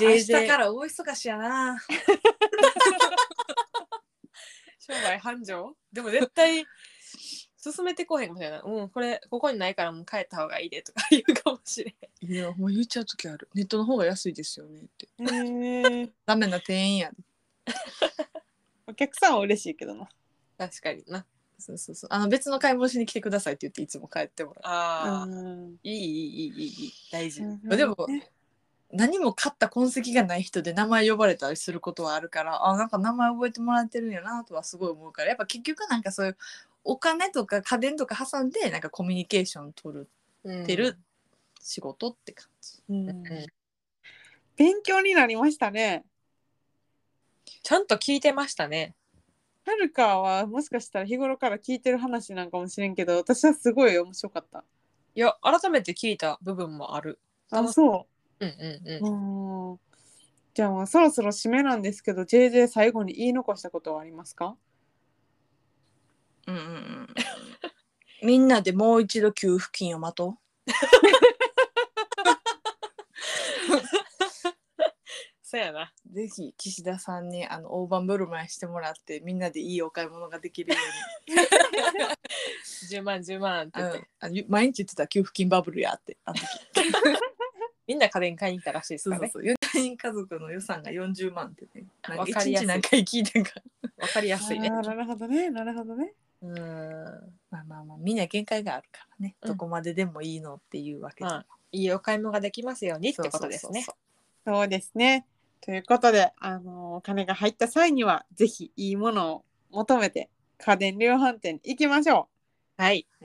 Speaker 3: 明
Speaker 2: JJ
Speaker 3: 日から大忙しやな
Speaker 2: 商売繁盛でも絶対進めてこへんかもしれない。うん、これここにないからもう帰った方がいいでとか言うかもしれん。
Speaker 3: いやもう言っちゃう時あるネットの方が安いですよねって
Speaker 1: えー
Speaker 3: ダメな店員や
Speaker 1: お客さんは嬉しいけどな。
Speaker 2: 確かにな。
Speaker 3: そうそうそうあの別の買い物しに来てくださいって言っていつも帰ってもらう
Speaker 2: ああ、
Speaker 1: うん
Speaker 2: いいいいいいいいいい大事。
Speaker 1: うん
Speaker 3: まあでも何も勝った痕跡がない人で名前呼ばれたりすることはあるからあなんか名前覚えてもらえてるんやなとはすごい思うからやっぱ結局なんかそういうお金とか家電とか挟んでなんかコミュニケーション取るってる仕事って感じ。
Speaker 1: うん勉強になりましたね。
Speaker 2: ちゃんと聞いてましたね。
Speaker 1: はるかはもしかしたら日頃から聞いてる話なんかもしれんけど私はすごい面白かった。
Speaker 2: いや、改めて聞いた部分もある。
Speaker 1: あ
Speaker 2: 楽し
Speaker 1: そう
Speaker 2: うんうんうん。
Speaker 1: うんじゃあもうそろそろ締めなんですけど JJ 最後に言い残したことはありますか
Speaker 3: うんうんうん、みんなでもう一度給付金を待と
Speaker 2: そうやな。
Speaker 3: う。ぜひ岸田さんにあの大盤振る舞いしてもらってみんなでいいお買い物ができるよ
Speaker 2: 10万10万って
Speaker 3: う
Speaker 2: 言
Speaker 3: にあ
Speaker 2: って、
Speaker 3: のあの毎日言ってた給付金バブルやってあの時
Speaker 2: みんな家電買いに行ったらしいです
Speaker 3: そう
Speaker 2: から
Speaker 3: そう
Speaker 2: ね。
Speaker 3: そう4人家族の予算が40万ってねなんか
Speaker 2: わかりやすい
Speaker 3: 一日何回聞いたんか
Speaker 2: わかりやすいね
Speaker 1: あ。ーなるほどねなるほどね。
Speaker 2: うん。
Speaker 3: まあまあまあみんな限界があるからね、
Speaker 2: うん
Speaker 3: どこまででもいいのっていうわけで
Speaker 2: まあ、いいお買い物ができますようにって
Speaker 3: そう
Speaker 2: こ
Speaker 3: そ
Speaker 2: と
Speaker 3: う
Speaker 2: です
Speaker 3: そう
Speaker 2: ね。
Speaker 1: そうですね。ということで、あのお金が入った際にはぜひいいものを求めて家電量販店に行きましょ
Speaker 2: はい。
Speaker 1: う。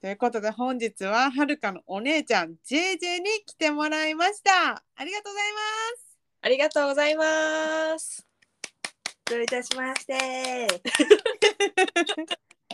Speaker 1: ということで本日ははるかのお姉ちゃん JJ に来てもらいました。ありがとうございます。
Speaker 2: ありがとうございます。
Speaker 3: どういたしまして